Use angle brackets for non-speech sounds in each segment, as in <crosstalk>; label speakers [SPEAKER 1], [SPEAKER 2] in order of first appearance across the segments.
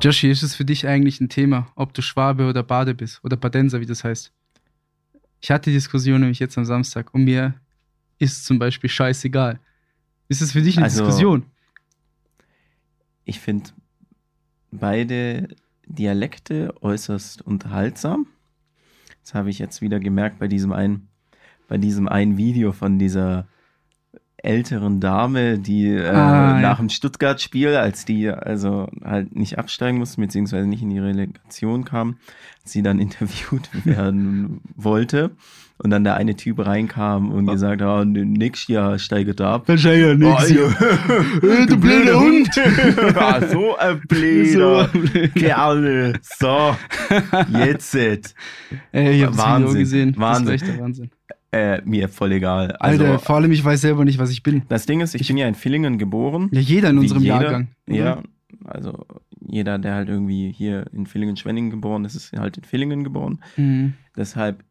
[SPEAKER 1] Joshi, ist es für dich eigentlich ein Thema, ob du Schwabe oder Bade bist oder Badenser, wie das heißt? Ich hatte die Diskussion nämlich jetzt am Samstag und mir ist zum Beispiel scheißegal. Ist es für dich eine
[SPEAKER 2] Also-
[SPEAKER 1] Diskussion?
[SPEAKER 2] Ich finde beide Dialekte äußerst unterhaltsam. Das habe ich jetzt wieder gemerkt bei diesem einen, bei diesem einen Video von dieser älteren Dame, die äh,
[SPEAKER 1] Ah, ja.
[SPEAKER 2] nach dem Stuttgart-Spiel, als die also halt nicht absteigen musste, beziehungsweise nicht in die Relegation kam, als sie dann <laughs> interviewt werden wollte und dann der eine Typ reinkam und gesagt hat, oh, nix ja, steigert ab.
[SPEAKER 1] Wahrscheinlich ja
[SPEAKER 2] <laughs>
[SPEAKER 1] Äh, du blöder Hund.
[SPEAKER 2] ah, so
[SPEAKER 1] <laughs>
[SPEAKER 2] ein blöder Kerl. So, jetzt. it.
[SPEAKER 1] Ey, ich hab das Video
[SPEAKER 2] Wahnsinn,
[SPEAKER 1] gesehen.
[SPEAKER 2] Wahnsinn.
[SPEAKER 1] Das ist echt der Wahnsinn.
[SPEAKER 2] Äh, mir voll egal. Also,
[SPEAKER 1] Alter, vor allem ich weiß selber nicht, was ich bin.
[SPEAKER 2] das Ding ist, ich bin ja in Villingen geboren.
[SPEAKER 1] Ja, jeder in
[SPEAKER 2] Wie
[SPEAKER 1] unserem
[SPEAKER 2] jeder.
[SPEAKER 1] Jahrgang. oder?
[SPEAKER 2] Ja, also jeder, der halt irgendwie hier in Villingen-Schwenningen geboren ist, ist halt in Villingen geboren.
[SPEAKER 1] Mhm.
[SPEAKER 2] Deshalb,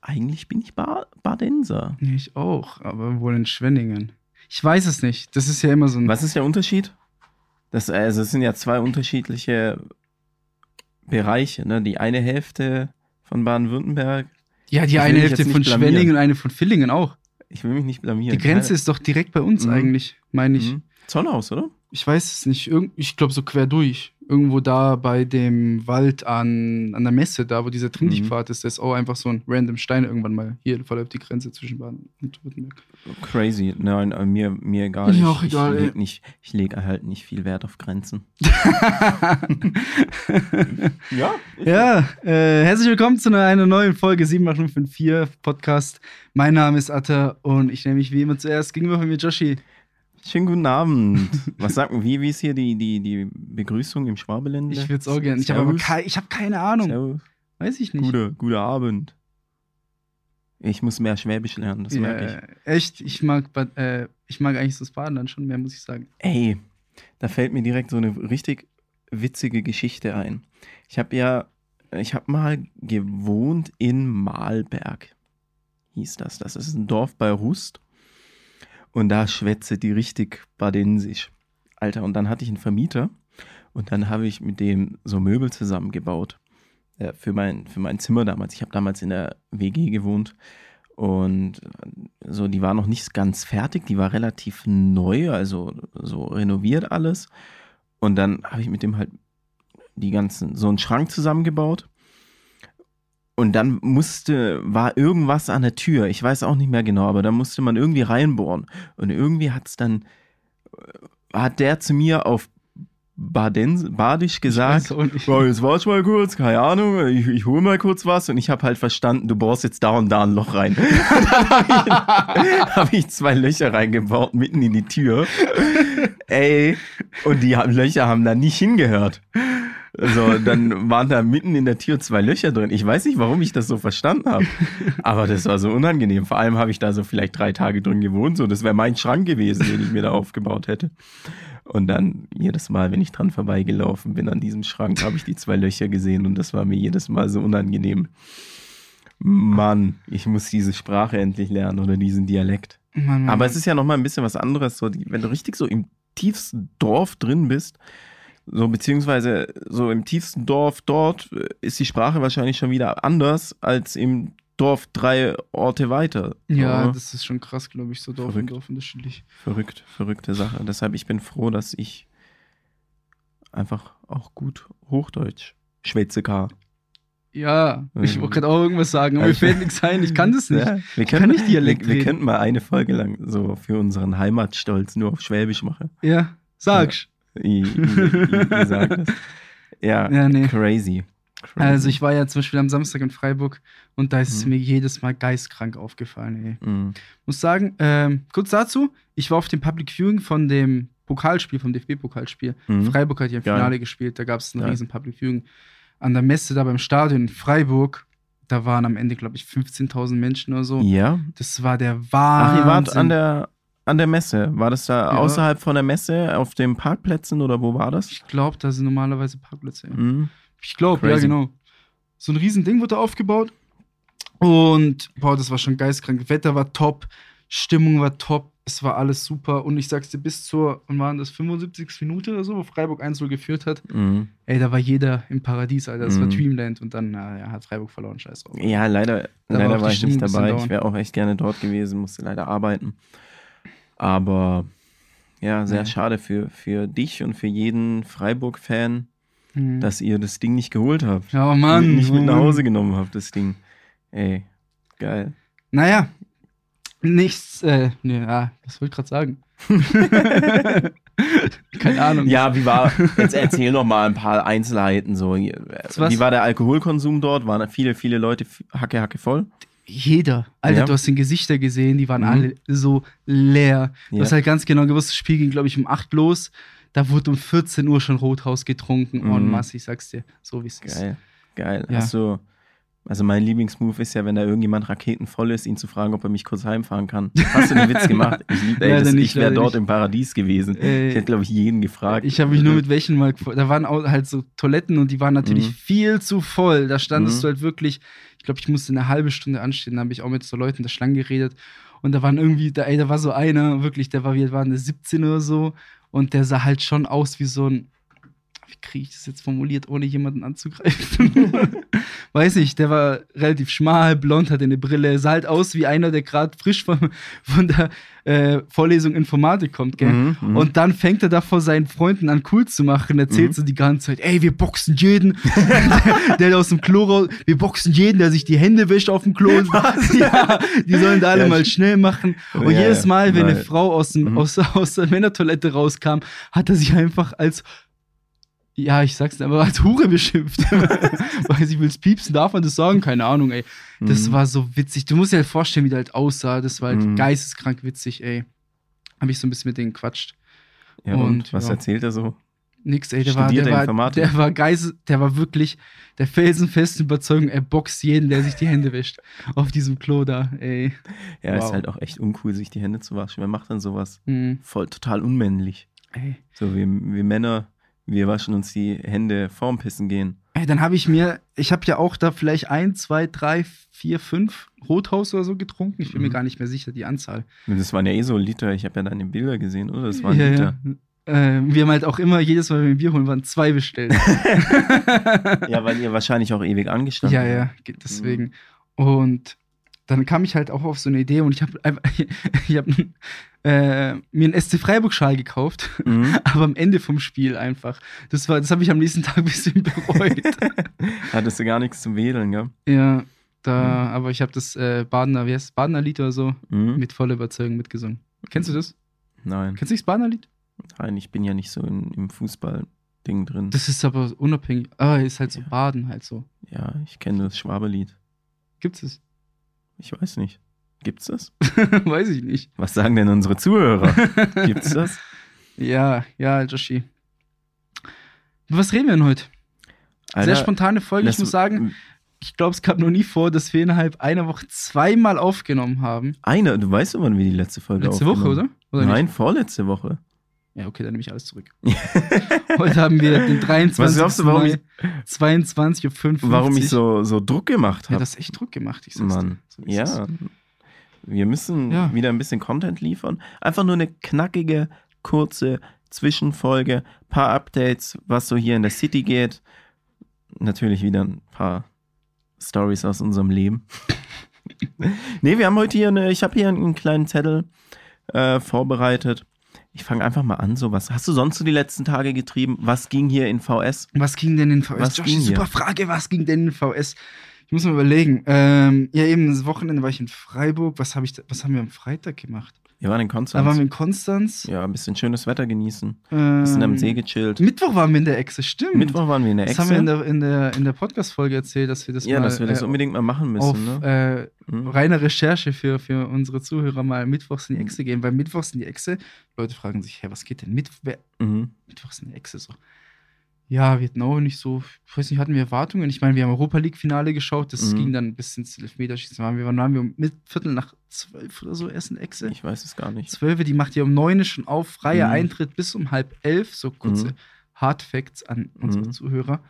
[SPEAKER 2] eigentlich bin ich ba Badenser.
[SPEAKER 1] Ja, Ich auch, aber wohl in Schwenningen. Ich weiß es nicht. Das ist ja immer so ein.
[SPEAKER 2] Was ist der Unterschied? Das, also, es sind ja zwei unterschiedliche Bereiche. Ne? Die eine Hälfte von Baden-Württemberg
[SPEAKER 1] Ja, die
[SPEAKER 2] will
[SPEAKER 1] eine
[SPEAKER 2] mich
[SPEAKER 1] Hälfte
[SPEAKER 2] jetzt nicht
[SPEAKER 1] von
[SPEAKER 2] blamieren.
[SPEAKER 1] Schwenningen und eine von Villingen auch.
[SPEAKER 2] Ich will mich nicht blamieren.
[SPEAKER 1] Die Grenze
[SPEAKER 2] Keine-
[SPEAKER 1] ist doch direkt bei uns
[SPEAKER 2] Mhm.
[SPEAKER 1] eigentlich, meine ich.
[SPEAKER 2] Mhm. Zollhaus, oder?
[SPEAKER 1] Ich weiß es nicht. Irgend, ich glaube, so quer durch. Irgendwo da bei dem Wald an, an der Messe, da wo dieser Trindigpfad
[SPEAKER 2] Mhm.
[SPEAKER 1] ist, da ist auch einfach so ein random Stein irgendwann mal. Hier verläuft die Grenze zwischen Baden und
[SPEAKER 2] <laughs>
[SPEAKER 1] Württemberg.
[SPEAKER 2] Crazy. Nein, äh, mir, mir egal.
[SPEAKER 1] Mir
[SPEAKER 2] Ich-
[SPEAKER 1] auch egal,
[SPEAKER 2] Ich
[SPEAKER 1] ey.
[SPEAKER 2] lege nicht, ich leg halt nicht viel Wert auf Grenzen. Ja?
[SPEAKER 1] Ja, äh, herzlich willkommen zu einer, einer neuen Folge 78554 Podcast. Mein Name ist Atta und ich nehme mich wie immer zuerst gegenüber von mir Joshi.
[SPEAKER 2] Schönen
[SPEAKER 1] <laughs>
[SPEAKER 2] guten Abend. Was sagt man, wie, wie ist hier die, die, die Begrüßung im Schwabeländer?
[SPEAKER 1] Ich würde es auch gerne. Ich habe aber
[SPEAKER 2] Ne. Servus.
[SPEAKER 1] kei ich hab keine Ahnung.
[SPEAKER 2] Servus.
[SPEAKER 1] Weiß ich nicht.
[SPEAKER 2] Gute, guter Abend. Ich muss mehr Schwäbisch lernen, das
[SPEAKER 1] Ja,
[SPEAKER 2] merke ich.
[SPEAKER 1] Echt, ich mag, Bad- äh, ich mag eigentlich so das Badenland schon mehr, muss ich sagen.
[SPEAKER 2] Ey, da fällt mir direkt so eine richtig witzige Geschichte ein. Ich habe ja, ich habe mal gewohnt in Malberg. Hieß das. Das ist ein Dorf bei Rust. Und da schwätze die richtig badensisch. Alter, und dann hatte ich einen Vermieter und dann habe ich mit dem so Möbel zusammengebaut. Äh, für, mein, für mein Zimmer damals. Ich habe damals in der WG gewohnt. Und so, die war noch nicht ganz fertig, die war relativ neu, also so renoviert alles. Und dann habe ich mit dem halt die ganzen, so einen Schrank zusammengebaut. Und dann musste, war irgendwas an der Tür, ich weiß auch nicht mehr genau, aber da musste man irgendwie reinbohren. Und irgendwie hat es dann, äh, hat der zu mir auf Badens, Badisch gesagt,
[SPEAKER 1] Weiß auch
[SPEAKER 2] <laughs>
[SPEAKER 1] nicht.
[SPEAKER 2] ja, jetzt warte mal kurz, keine Ahnung, ich, ich hole mal kurz was und ich habe halt verstanden, du bohrst jetzt da und da ein Loch rein. <laughs> Und dann habe ich, <laughs> hab ich zwei Löcher reingebaut, mitten in die Tür. Ey, und die haben- Löcher haben da nicht hingehört. So, dann waren da mitten in der Tür zwei Löcher drin. Ich weiß nicht, warum ich das so verstanden habe, aber das war so unangenehm. Vor allem habe ich da so vielleicht drei Tage drin gewohnt, so das wäre mein Schrank gewesen, den ich mir da aufgebaut hätte. Und dann jedes Mal, wenn ich dran vorbeigelaufen bin an diesem Schrank, habe ich die zwei Löcher gesehen und das war mir jedes Mal so unangenehm. Mann, ich muss diese Sprache endlich lernen oder diesen Dialekt.
[SPEAKER 1] Mann, Mann,
[SPEAKER 2] Aber
[SPEAKER 1] Mann.
[SPEAKER 2] es ist ja nochmal ein bisschen was anderes, so, die, wenn du richtig so im tiefsten Dorf drin bist, so beziehungsweise so im tiefsten Dorf dort äh, ist die Sprache wahrscheinlich schon wieder anders als im Dorf drei Orte weiter.
[SPEAKER 1] ja,
[SPEAKER 2] So.
[SPEAKER 1] das ist schon krass, glaube ich, so Dorf und
[SPEAKER 2] Oh. Verrückt.
[SPEAKER 1] Dorf unterschiedlich.
[SPEAKER 2] Verrückt, verrückte Sache. Deshalb, ich bin froh, dass ich einfach auch gut Hochdeutsch schwätze kann.
[SPEAKER 1] Ja, ich
[SPEAKER 2] Mhm.
[SPEAKER 1] wollte gerade auch irgendwas sagen, aber mir
[SPEAKER 2] Ich-
[SPEAKER 1] fällt nichts ein, ich kann das nicht.
[SPEAKER 2] Also, <laughs> Ja, wir
[SPEAKER 1] kann
[SPEAKER 2] können,
[SPEAKER 1] nicht Dialekt
[SPEAKER 2] wir, wir
[SPEAKER 1] reden.
[SPEAKER 2] könnten mal eine Folge lang so für unseren Heimatstolz nur auf Schwäbisch machen.
[SPEAKER 1] Ja, sag's.
[SPEAKER 2] I, I, I, I sagt das. Ja,
[SPEAKER 1] Ja, nee.
[SPEAKER 2] crazy. crazy.
[SPEAKER 1] Also ich war ja zum Beispiel am Samstag in Freiburg und da ist es
[SPEAKER 2] Mhm.
[SPEAKER 1] mir jedes Mal geistkrank aufgefallen, ey.
[SPEAKER 2] Mhm.
[SPEAKER 1] Muss sagen, ähm, kurz dazu, ich war auf dem Public Viewing von dem Pokalspiel, vom DFB-Pokalspiel.
[SPEAKER 2] Mhm.
[SPEAKER 1] Freiburg hat ja im
[SPEAKER 2] Geil.
[SPEAKER 1] Finale gespielt, da gab es ein
[SPEAKER 2] Geil.
[SPEAKER 1] riesen Public Viewing. An der Messe da beim Stadion in Freiburg, da waren am Ende, glaube ich, 15.000 Menschen oder so.
[SPEAKER 2] Ja.
[SPEAKER 1] Das war der
[SPEAKER 2] Ach,
[SPEAKER 1] Wahnsinn.
[SPEAKER 2] ihr wart an der, an der Messe. War das da
[SPEAKER 1] Ja.
[SPEAKER 2] außerhalb von der Messe, auf den Parkplätzen oder wo war das?
[SPEAKER 1] ich glaube, da sind normalerweise Parkplätze. Ja.
[SPEAKER 2] Mhm.
[SPEAKER 1] Ich glaube, ja,
[SPEAKER 2] Crazy.
[SPEAKER 1] genau. So ein Riesending wurde da aufgebaut. Und, boah, das war schon geistkrank. Wetter war top, Stimmung war top, es war alles super. Und ich sag's dir, bis zur, und waren das 75. Minute oder so, wo Freiburg 1-0 geführt hat,
[SPEAKER 2] Mhm.
[SPEAKER 1] ey, da war jeder im Paradies, Alter. Das war
[SPEAKER 2] Mhm.
[SPEAKER 1] Dreamland und dann naja, hat Freiburg verloren, scheiß drauf.
[SPEAKER 2] Ja, leider,
[SPEAKER 1] Da war
[SPEAKER 2] leider
[SPEAKER 1] auch
[SPEAKER 2] war
[SPEAKER 1] die
[SPEAKER 2] ich nicht
[SPEAKER 1] Stimmung ein bisschen
[SPEAKER 2] dabei.
[SPEAKER 1] down.
[SPEAKER 2] Ich wäre auch echt gerne dort gewesen, musste leider arbeiten. Aber ja, sehr
[SPEAKER 1] Nee.
[SPEAKER 2] schade für, für dich und für jeden Freiburg-Fan,
[SPEAKER 1] Mhm.
[SPEAKER 2] dass ihr das Ding nicht geholt habt.
[SPEAKER 1] ja, oh Mann.
[SPEAKER 2] nicht mit
[SPEAKER 1] oh
[SPEAKER 2] nach
[SPEAKER 1] Mann.
[SPEAKER 2] Hause genommen habt, das Ding. Ey, geil.
[SPEAKER 1] Naja, nichts, äh, nee, ah, was wollte ich gerade sagen?
[SPEAKER 2] <laughs>
[SPEAKER 1] Keine Ahnung.
[SPEAKER 2] Ja, wie war, jetzt erzähl noch mal ein paar Einzelheiten. So. Wie
[SPEAKER 1] war's-
[SPEAKER 2] war der Alkoholkonsum dort? Waren viele, viele Leute f- hacke, hacke voll?
[SPEAKER 1] Jeder. Alter,
[SPEAKER 2] Ja.
[SPEAKER 1] du hast den Gesichter gesehen, die waren
[SPEAKER 2] Mhm.
[SPEAKER 1] alle so leer. Du
[SPEAKER 2] Ja.
[SPEAKER 1] hast halt ganz genau gewusst, das Spiel ging, glaube ich, um 8 los. Da wurde um 14 Uhr schon Rothaus getrunken.
[SPEAKER 2] Mhm.
[SPEAKER 1] Und Mass, ich sag's dir, so wie es ist.
[SPEAKER 2] Geil, geil.
[SPEAKER 1] Ja.
[SPEAKER 2] Hast du, also mein Lieblingsmove ist ja, wenn da irgendjemand raketenvoll ist, ihn zu fragen, ob er mich kurz heimfahren kann. Hast du den Witz
[SPEAKER 1] <laughs>
[SPEAKER 2] gemacht? Ich, lieb- ey,
[SPEAKER 1] Leider
[SPEAKER 2] das,
[SPEAKER 1] nicht,
[SPEAKER 2] ich wäre
[SPEAKER 1] leider
[SPEAKER 2] dort
[SPEAKER 1] nicht.
[SPEAKER 2] im Paradies gewesen.
[SPEAKER 1] Ey.
[SPEAKER 2] ich hätte, glaube ich, jeden gefragt. Äh,
[SPEAKER 1] Ich habe mich
[SPEAKER 2] <laughs>
[SPEAKER 1] nur mit welchen mal gefreut. Da waren auch halt so Toiletten und die waren natürlich
[SPEAKER 2] Mhm.
[SPEAKER 1] viel zu voll. Da standest
[SPEAKER 2] Mhm.
[SPEAKER 1] du halt wirklich, ich glaube, ich musste eine halbe Stunde anstehen. Da habe ich auch mit so Leuten in der Schlange geredet. Und da waren irgendwie, da, ey, da war so einer, wirklich, der war, wir waren eine 17 oder so. Und der sah halt schon aus wie so ein, wie kriege ich das jetzt formuliert, ohne jemanden anzugreifen? <laughs> Weiß nicht, der war relativ schmal, blond, hatte eine Brille, sah halt aus wie einer, der gerade frisch von, von der äh, Vorlesung Informatik kommt, gell?
[SPEAKER 2] Mhm, mhm.
[SPEAKER 1] Und <laughs> dann fängt er da vor seinen Freunden an, cool zu machen. Erzählt
[SPEAKER 2] Mhm.
[SPEAKER 1] so die ganze Zeit, ey, wir boxen
[SPEAKER 2] <laughs>
[SPEAKER 1] jeden, der, der aus dem Klo raus, wir boxen jeden, der sich die Hände wäscht auf dem Klo. Ja, die sollen da alle
[SPEAKER 2] Ja,
[SPEAKER 1] mal
[SPEAKER 2] ich-
[SPEAKER 1] schnell machen. Und
[SPEAKER 2] Ja,
[SPEAKER 1] jedes
[SPEAKER 2] ja,
[SPEAKER 1] Mal, wenn eine
[SPEAKER 2] nein.
[SPEAKER 1] Frau aus, dem,
[SPEAKER 2] Mhm.
[SPEAKER 1] aus, aus der Männertoilette rauskam, hat er sich einfach als, ja, ich sag's nicht, aber als Hure beschimpft. <laughs> Weiß ich, will's piepsen, darf man das sagen? Keine Ahnung, ey. Das
[SPEAKER 2] Mhm.
[SPEAKER 1] war so witzig. Du musst dir halt vorstellen, wie der halt aussah. Das war halt
[SPEAKER 2] Mhm.
[SPEAKER 1] geisteskrank witzig, ey. Hab ich so ein bisschen mit denen gequatscht.
[SPEAKER 2] ja, und,
[SPEAKER 1] und,
[SPEAKER 2] was
[SPEAKER 1] ja.
[SPEAKER 2] erzählt er so?
[SPEAKER 1] Nix, ey, der war, der
[SPEAKER 2] Studierter
[SPEAKER 1] war,
[SPEAKER 2] Informatik.
[SPEAKER 1] der war geistes, der war wirklich der felsenfesten Überzeugung, er boxt jeden, der sich die Hände wäscht. Auf diesem Klo da, ey.
[SPEAKER 2] Ja,
[SPEAKER 1] Wow.
[SPEAKER 2] ist halt auch echt uncool, sich die Hände zu waschen. Wer macht dann sowas?
[SPEAKER 1] Hm,
[SPEAKER 2] Voll total unmännlich.
[SPEAKER 1] ey.
[SPEAKER 2] So, wir, wir Männer, wir waschen uns die Hände vorm Pissen gehen.
[SPEAKER 1] ey dann habe ich mir, ich habe ja auch da vielleicht ein, zwei, drei, vier, fünf Rothaus oder so getrunken. Ich bin
[SPEAKER 2] Mhm.
[SPEAKER 1] mir gar nicht mehr sicher, die Anzahl.
[SPEAKER 2] Das waren ja eh so Liter. Ich habe ja deine Bilder gesehen, oder? Das waren
[SPEAKER 1] Ja, ja.
[SPEAKER 2] Liter.
[SPEAKER 1] Ähm, wir haben halt auch immer, jedes Mal, wenn wir ein Bier holen, waren zwei
[SPEAKER 2] <laughs>
[SPEAKER 1] bestellt. <laughs>
[SPEAKER 2] Ja, weil ihr wahrscheinlich auch ewig angestanden
[SPEAKER 1] Ja, ja, ge- deswegen. Und dann kam ich halt auch auf so eine Idee und ich habe <laughs> ich hab, äh, mir einen SC Freiburg-Schal gekauft, <laughs>
[SPEAKER 2] habt. Mhm.
[SPEAKER 1] aber am Ende vom Spiel einfach. Das, war- das habe ich am nächsten Tag ein bisschen <laughs> bereut.
[SPEAKER 2] Hattest du gar nichts zum Wedeln, gell?
[SPEAKER 1] ja, da, aber ich habe das äh, Badener, wie heißt das? Badener Lied oder so
[SPEAKER 2] Mhm.
[SPEAKER 1] mit voller Überzeugung mitgesungen. Kennst du das?
[SPEAKER 2] Nein.
[SPEAKER 1] Kennst du das Badener Lied?
[SPEAKER 2] Nein, ich bin ja nicht so im, im Fußball-Ding drin.
[SPEAKER 1] Das ist aber unabhängig. Ah, ist halt so
[SPEAKER 2] Ja.
[SPEAKER 1] Baden halt so.
[SPEAKER 2] ja, ich kenne das Schwabelied.
[SPEAKER 1] Gibt's es?
[SPEAKER 2] Ich weiß nicht. Gibt's das?
[SPEAKER 1] <laughs> Weiß ich nicht.
[SPEAKER 2] Was sagen denn unsere Zuhörer?
[SPEAKER 1] <laughs>
[SPEAKER 2] Gibt's das?
[SPEAKER 1] Ja, ja, Joshi. Über Was reden wir denn heute?
[SPEAKER 2] Alter,
[SPEAKER 1] Sehr spontane Folge.
[SPEAKER 2] lass-
[SPEAKER 1] Ich muss sagen, ich glaube, es gab noch nie vor, dass wir innerhalb einer Woche zweimal aufgenommen haben.
[SPEAKER 2] Einer, du weißt doch, wann wir die letzte Folge
[SPEAKER 1] Letzte Woche,
[SPEAKER 2] aufgenommen
[SPEAKER 1] oder? oder
[SPEAKER 2] Nein,
[SPEAKER 1] Nicht?
[SPEAKER 2] vorletzte Woche.
[SPEAKER 1] Ja, okay, dann nehme ich alles
[SPEAKER 2] <laughs>
[SPEAKER 1] zurück. Heute haben wir den 23.
[SPEAKER 2] Was glaubst du, warum ich-
[SPEAKER 1] Mai, 22.55 Uhr.
[SPEAKER 2] Warum ich so, so Druck gemacht
[SPEAKER 1] Ja,
[SPEAKER 2] habe.
[SPEAKER 1] das ist echt Druck gemacht. Ich sag's
[SPEAKER 2] Mann.
[SPEAKER 1] dir. So ist es.
[SPEAKER 2] Ja. Wir müssen
[SPEAKER 1] Ja.
[SPEAKER 2] wieder ein bisschen Content liefern. Einfach nur eine knackige, kurze Zwischenfolge, paar Updates, was so hier in der City geht. Natürlich wieder ein paar Stories aus
[SPEAKER 1] <laughs>
[SPEAKER 2] unserem Leben. nee, wir haben heute hier eine, ich habe hier einen kleinen Zettel äh, vorbereitet. Ich fange einfach mal an, sowas. Hast du sonst so die letzten Tage getrieben? Was ging hier in VS?
[SPEAKER 1] Was ging denn in VS?
[SPEAKER 2] Was
[SPEAKER 1] Joshi,
[SPEAKER 2] ging hier?
[SPEAKER 1] super Frage, was ging denn in VS? Ich muss mal überlegen. Ähm, ja, eben das Wochenende war ich in Freiburg. Was, hab ich da, was haben wir am Freitag gemacht?
[SPEAKER 2] Wir waren in
[SPEAKER 1] Da waren wir
[SPEAKER 2] Konstanz.
[SPEAKER 1] in Konstanz.
[SPEAKER 2] Ja, ein bisschen schönes Wetter genießen.
[SPEAKER 1] Ähm,
[SPEAKER 2] Bisschen am See gechillt.
[SPEAKER 1] Mittwoch waren wir in der Echse, stimmt.
[SPEAKER 2] Mittwoch waren wir in der
[SPEAKER 1] Das
[SPEAKER 2] Exe.
[SPEAKER 1] haben wir in der, in der, in der Podcast-Folge erzählt, dass wir das
[SPEAKER 2] ja,
[SPEAKER 1] mal
[SPEAKER 2] dass wir das
[SPEAKER 1] äh,
[SPEAKER 2] unbedingt mal machen müssen.
[SPEAKER 1] auf
[SPEAKER 2] ne?
[SPEAKER 1] äh,
[SPEAKER 2] Mhm.
[SPEAKER 1] reiner Recherche für, für unsere Zuhörer mal mittwochs in die Echse gehen, weil mittwochs in die Echse, Leute fragen sich, hä, was geht denn mit, wer,
[SPEAKER 2] Mhm.
[SPEAKER 1] mittwochs in die Echse so? Ja, Vietnam nicht so, ich weiß nicht, hatten wir Erwartungen? Ich meine, wir haben Europa League-Finale geschaut, das
[SPEAKER 2] Mhm.
[SPEAKER 1] ging dann bis ins Elfmeterschießen. Waren wir, wann waren wir um mit Viertel nach zwölf oder so erst in die Echse?
[SPEAKER 2] Ich weiß es gar nicht.
[SPEAKER 1] Zwölfe, die macht ihr um neun schon auf, freier
[SPEAKER 2] Mhm.
[SPEAKER 1] Eintritt bis um halb elf, so kurze
[SPEAKER 2] Mhm.
[SPEAKER 1] Hard Facts an unsere
[SPEAKER 2] Mhm.
[SPEAKER 1] Zuhörer.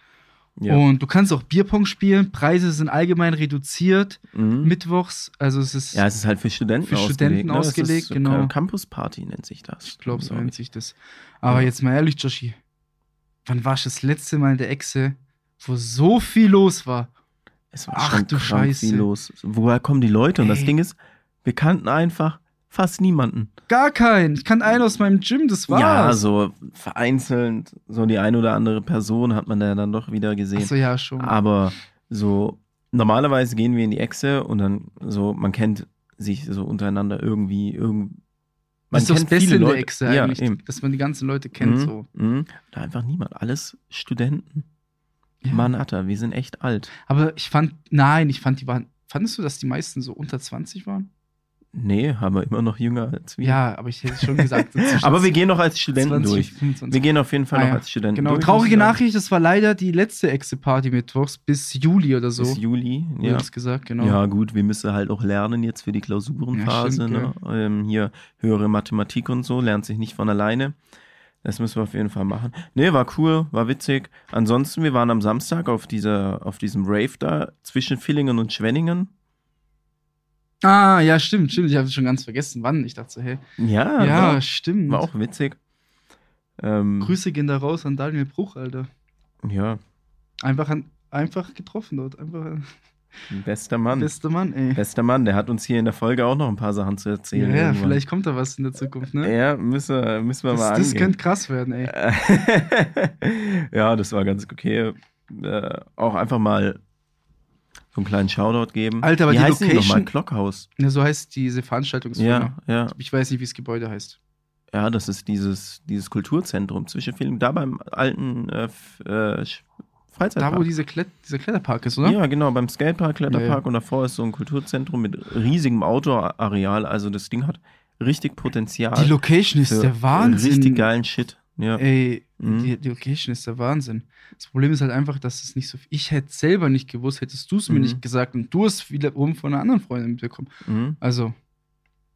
[SPEAKER 2] Ja.
[SPEAKER 1] Und du kannst auch Bierpong spielen. Preise sind allgemein reduziert.
[SPEAKER 2] Mhm.
[SPEAKER 1] Mittwochs, also es ist,
[SPEAKER 2] ja, es ist halt für Studenten
[SPEAKER 1] Für
[SPEAKER 2] ausgelegt.
[SPEAKER 1] Studenten
[SPEAKER 2] ne? Das ist
[SPEAKER 1] ausgelegt,
[SPEAKER 2] so
[SPEAKER 1] genau.
[SPEAKER 2] Ca- Campus-Party nennt sich das.
[SPEAKER 1] ich glaube, so
[SPEAKER 2] glaub
[SPEAKER 1] nennt sich das. Aber
[SPEAKER 2] Ja.
[SPEAKER 1] jetzt mal ehrlich, Joshi, wann warst du das letzte Mal in der Echse, wo so viel los war?
[SPEAKER 2] Es war
[SPEAKER 1] Ach,
[SPEAKER 2] schon
[SPEAKER 1] du
[SPEAKER 2] krank
[SPEAKER 1] Scheiße.
[SPEAKER 2] viel los. Woher kommen die Leute? Und das
[SPEAKER 1] Ey.
[SPEAKER 2] Ding ist, wir kannten einfach fast niemanden.
[SPEAKER 1] Gar keinen. Ich kann einen aus meinem Gym, das war's.
[SPEAKER 2] Ja, so vereinzelt, so die ein oder andere Person hat man da dann doch wieder gesehen.
[SPEAKER 1] Achso, ja, schon.
[SPEAKER 2] Aber so, normalerweise gehen wir in die Echse und dann so, man kennt sich so untereinander irgendwie, irgend,
[SPEAKER 1] das ist doch das Beste in der Echse
[SPEAKER 2] ja,
[SPEAKER 1] eigentlich,
[SPEAKER 2] Eben.
[SPEAKER 1] dass man die ganzen Leute kennt.
[SPEAKER 2] Mhm,
[SPEAKER 1] So.
[SPEAKER 2] mhm. Da einfach niemand. Alles Studenten.
[SPEAKER 1] Ja.
[SPEAKER 2] Mann, Atta, wir sind echt alt.
[SPEAKER 1] Aber ich fand, nein, ich fand, die waren, fandest du, dass die meisten so unter 20 waren?
[SPEAKER 2] Nee, haben wir immer noch jünger als wir.
[SPEAKER 1] Ja, aber ich hätte schon
[SPEAKER 2] <laughs>
[SPEAKER 1] gesagt. so zwischen
[SPEAKER 2] Aber wir gehen noch als Studenten
[SPEAKER 1] 20,
[SPEAKER 2] durch.
[SPEAKER 1] 25.
[SPEAKER 2] Wir gehen auf jeden Fall
[SPEAKER 1] Ah
[SPEAKER 2] noch
[SPEAKER 1] ja,
[SPEAKER 2] als Studenten
[SPEAKER 1] Genau,
[SPEAKER 2] durch. äh,
[SPEAKER 1] traurige
[SPEAKER 2] muss ich
[SPEAKER 1] Nachricht, das war leider die letzte Exe-Party mittwochs bis Juli oder so.
[SPEAKER 2] sagen. Bis Juli.
[SPEAKER 1] Wurde
[SPEAKER 2] Ja.
[SPEAKER 1] das gesagt, genau.
[SPEAKER 2] ja, gut, wir müssen halt auch lernen jetzt für die Klausurenphase.
[SPEAKER 1] Ja,
[SPEAKER 2] ne?
[SPEAKER 1] stimmt,
[SPEAKER 2] ähm, hier höhere Mathematik und so, lernt sich nicht von alleine. Das müssen wir auf jeden Fall machen. Nee, war cool, war witzig. Ansonsten, wir waren am Samstag auf, dieser, auf diesem Rave da zwischen Villingen und Schwenningen.
[SPEAKER 1] Ah, ja, stimmt, stimmt. Ich habe schon ganz vergessen, wann. Ich dachte so, hey.
[SPEAKER 2] Ja, ne?
[SPEAKER 1] Ja,
[SPEAKER 2] war,
[SPEAKER 1] stimmt.
[SPEAKER 2] war auch witzig. Ähm,
[SPEAKER 1] Grüße gehen da raus an Daniel Bruch, Alter.
[SPEAKER 2] ja,
[SPEAKER 1] Einfach, an, einfach getroffen dort. Einfach
[SPEAKER 2] bester Mann.
[SPEAKER 1] bester Mann, ey.
[SPEAKER 2] Bester Mann, der hat uns hier in der Folge auch noch ein paar Sachen zu erzählen.
[SPEAKER 1] ja, ja,
[SPEAKER 2] irgendwann.
[SPEAKER 1] vielleicht kommt da was in der Zukunft, ne?
[SPEAKER 2] Ja, müssen wir, müssen wir
[SPEAKER 1] das,
[SPEAKER 2] mal
[SPEAKER 1] das
[SPEAKER 2] angehen.
[SPEAKER 1] könnte krass werden, ey.
[SPEAKER 2] <laughs> ja, das war ganz okay. Äh, auch einfach mal so einen kleinen Shoutout geben.
[SPEAKER 1] Alter, aber
[SPEAKER 2] Wie
[SPEAKER 1] die
[SPEAKER 2] heißen die
[SPEAKER 1] Location-
[SPEAKER 2] nochmal? Clockhouse.
[SPEAKER 1] Ja, so heißt diese Veranstaltungsfirma.
[SPEAKER 2] Ja, ja.
[SPEAKER 1] Ich weiß nicht, wie das Gebäude heißt.
[SPEAKER 2] Ja, das ist dieses, dieses Kulturzentrum zwischen vielen, da beim alten äh, F- äh, Sch- Freizeitpark.
[SPEAKER 1] Da, wo diese Klet dieser Kletterpark ist, oder?
[SPEAKER 2] Ja, genau, beim Skatepark, Kletterpark
[SPEAKER 1] Ja, ja.
[SPEAKER 2] und davor ist so ein Kulturzentrum mit riesigem Outdoor-Areal. Also das Ding hat richtig Potenzial.
[SPEAKER 1] Die Location ist
[SPEAKER 2] für
[SPEAKER 1] der Wahnsinn.
[SPEAKER 2] Richtig geilen Shit. Ja.
[SPEAKER 1] Ey,
[SPEAKER 2] Mhm.
[SPEAKER 1] die, die Location ist der Wahnsinn. Das Problem ist halt einfach, dass es nicht so. Ich hätte selber nicht gewusst, hättest du es mir
[SPEAKER 2] Mhm.
[SPEAKER 1] nicht gesagt und du es wiederum von einer anderen Freundin mitbekommen.
[SPEAKER 2] Mhm.
[SPEAKER 1] Also,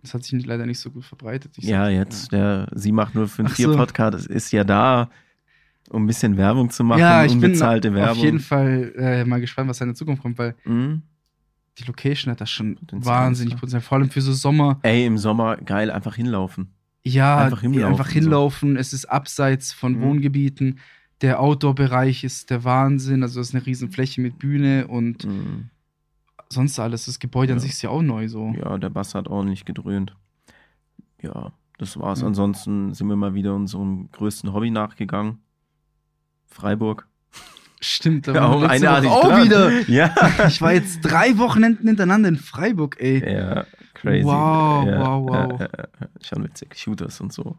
[SPEAKER 1] das hat sich nicht, leider nicht so gut verbreitet. Ich
[SPEAKER 2] Ja,
[SPEAKER 1] sag-
[SPEAKER 2] jetzt, der Sie macht 054
[SPEAKER 1] Ach so.
[SPEAKER 2] Podcast ist- ist ja da, um ein bisschen Werbung zu machen,
[SPEAKER 1] ja, ich bin
[SPEAKER 2] unbezahlte Werbung.
[SPEAKER 1] auf jeden Fall äh, mal gespannt, was da in der Zukunft kommt, weil
[SPEAKER 2] Mhm.
[SPEAKER 1] die Location hat das schon
[SPEAKER 2] Potenzial,
[SPEAKER 1] wahnsinnig
[SPEAKER 2] ja.
[SPEAKER 1] Potenzial. Vor allem für so Sommer.
[SPEAKER 2] Ey, im Sommer geil, einfach hinlaufen.
[SPEAKER 1] Ja,
[SPEAKER 2] Einfach hinlaufen,
[SPEAKER 1] einfach hinlaufen. Es ist abseits von
[SPEAKER 2] Mhm.
[SPEAKER 1] Wohngebieten. Der Outdoor-Bereich ist der Wahnsinn. Also, es ist eine riesen Fläche mit Bühne und
[SPEAKER 2] Mhm.
[SPEAKER 1] sonst alles. Das Gebäude an
[SPEAKER 2] Ja.
[SPEAKER 1] sich ist ja auch neu so.
[SPEAKER 2] Ja, der Bass hat ordentlich gedröhnt. Ja, das war's.
[SPEAKER 1] Ja.
[SPEAKER 2] Ansonsten sind wir mal wieder unserem größten Hobby nachgegangen. Freiburg.
[SPEAKER 1] Stimmt, da
[SPEAKER 2] Ja,
[SPEAKER 1] waren wir letzte
[SPEAKER 2] Art
[SPEAKER 1] Woche
[SPEAKER 2] ist
[SPEAKER 1] auch
[SPEAKER 2] klar. <laughs>
[SPEAKER 1] wieder.
[SPEAKER 2] Ja.
[SPEAKER 1] Ich war jetzt drei Wochenenden hintereinander in Freiburg, ey.
[SPEAKER 2] ja, crazy.
[SPEAKER 1] Wow,
[SPEAKER 2] ja,
[SPEAKER 1] wow, wow.
[SPEAKER 2] ja, ja, ja. schon witzig. Shooters und so.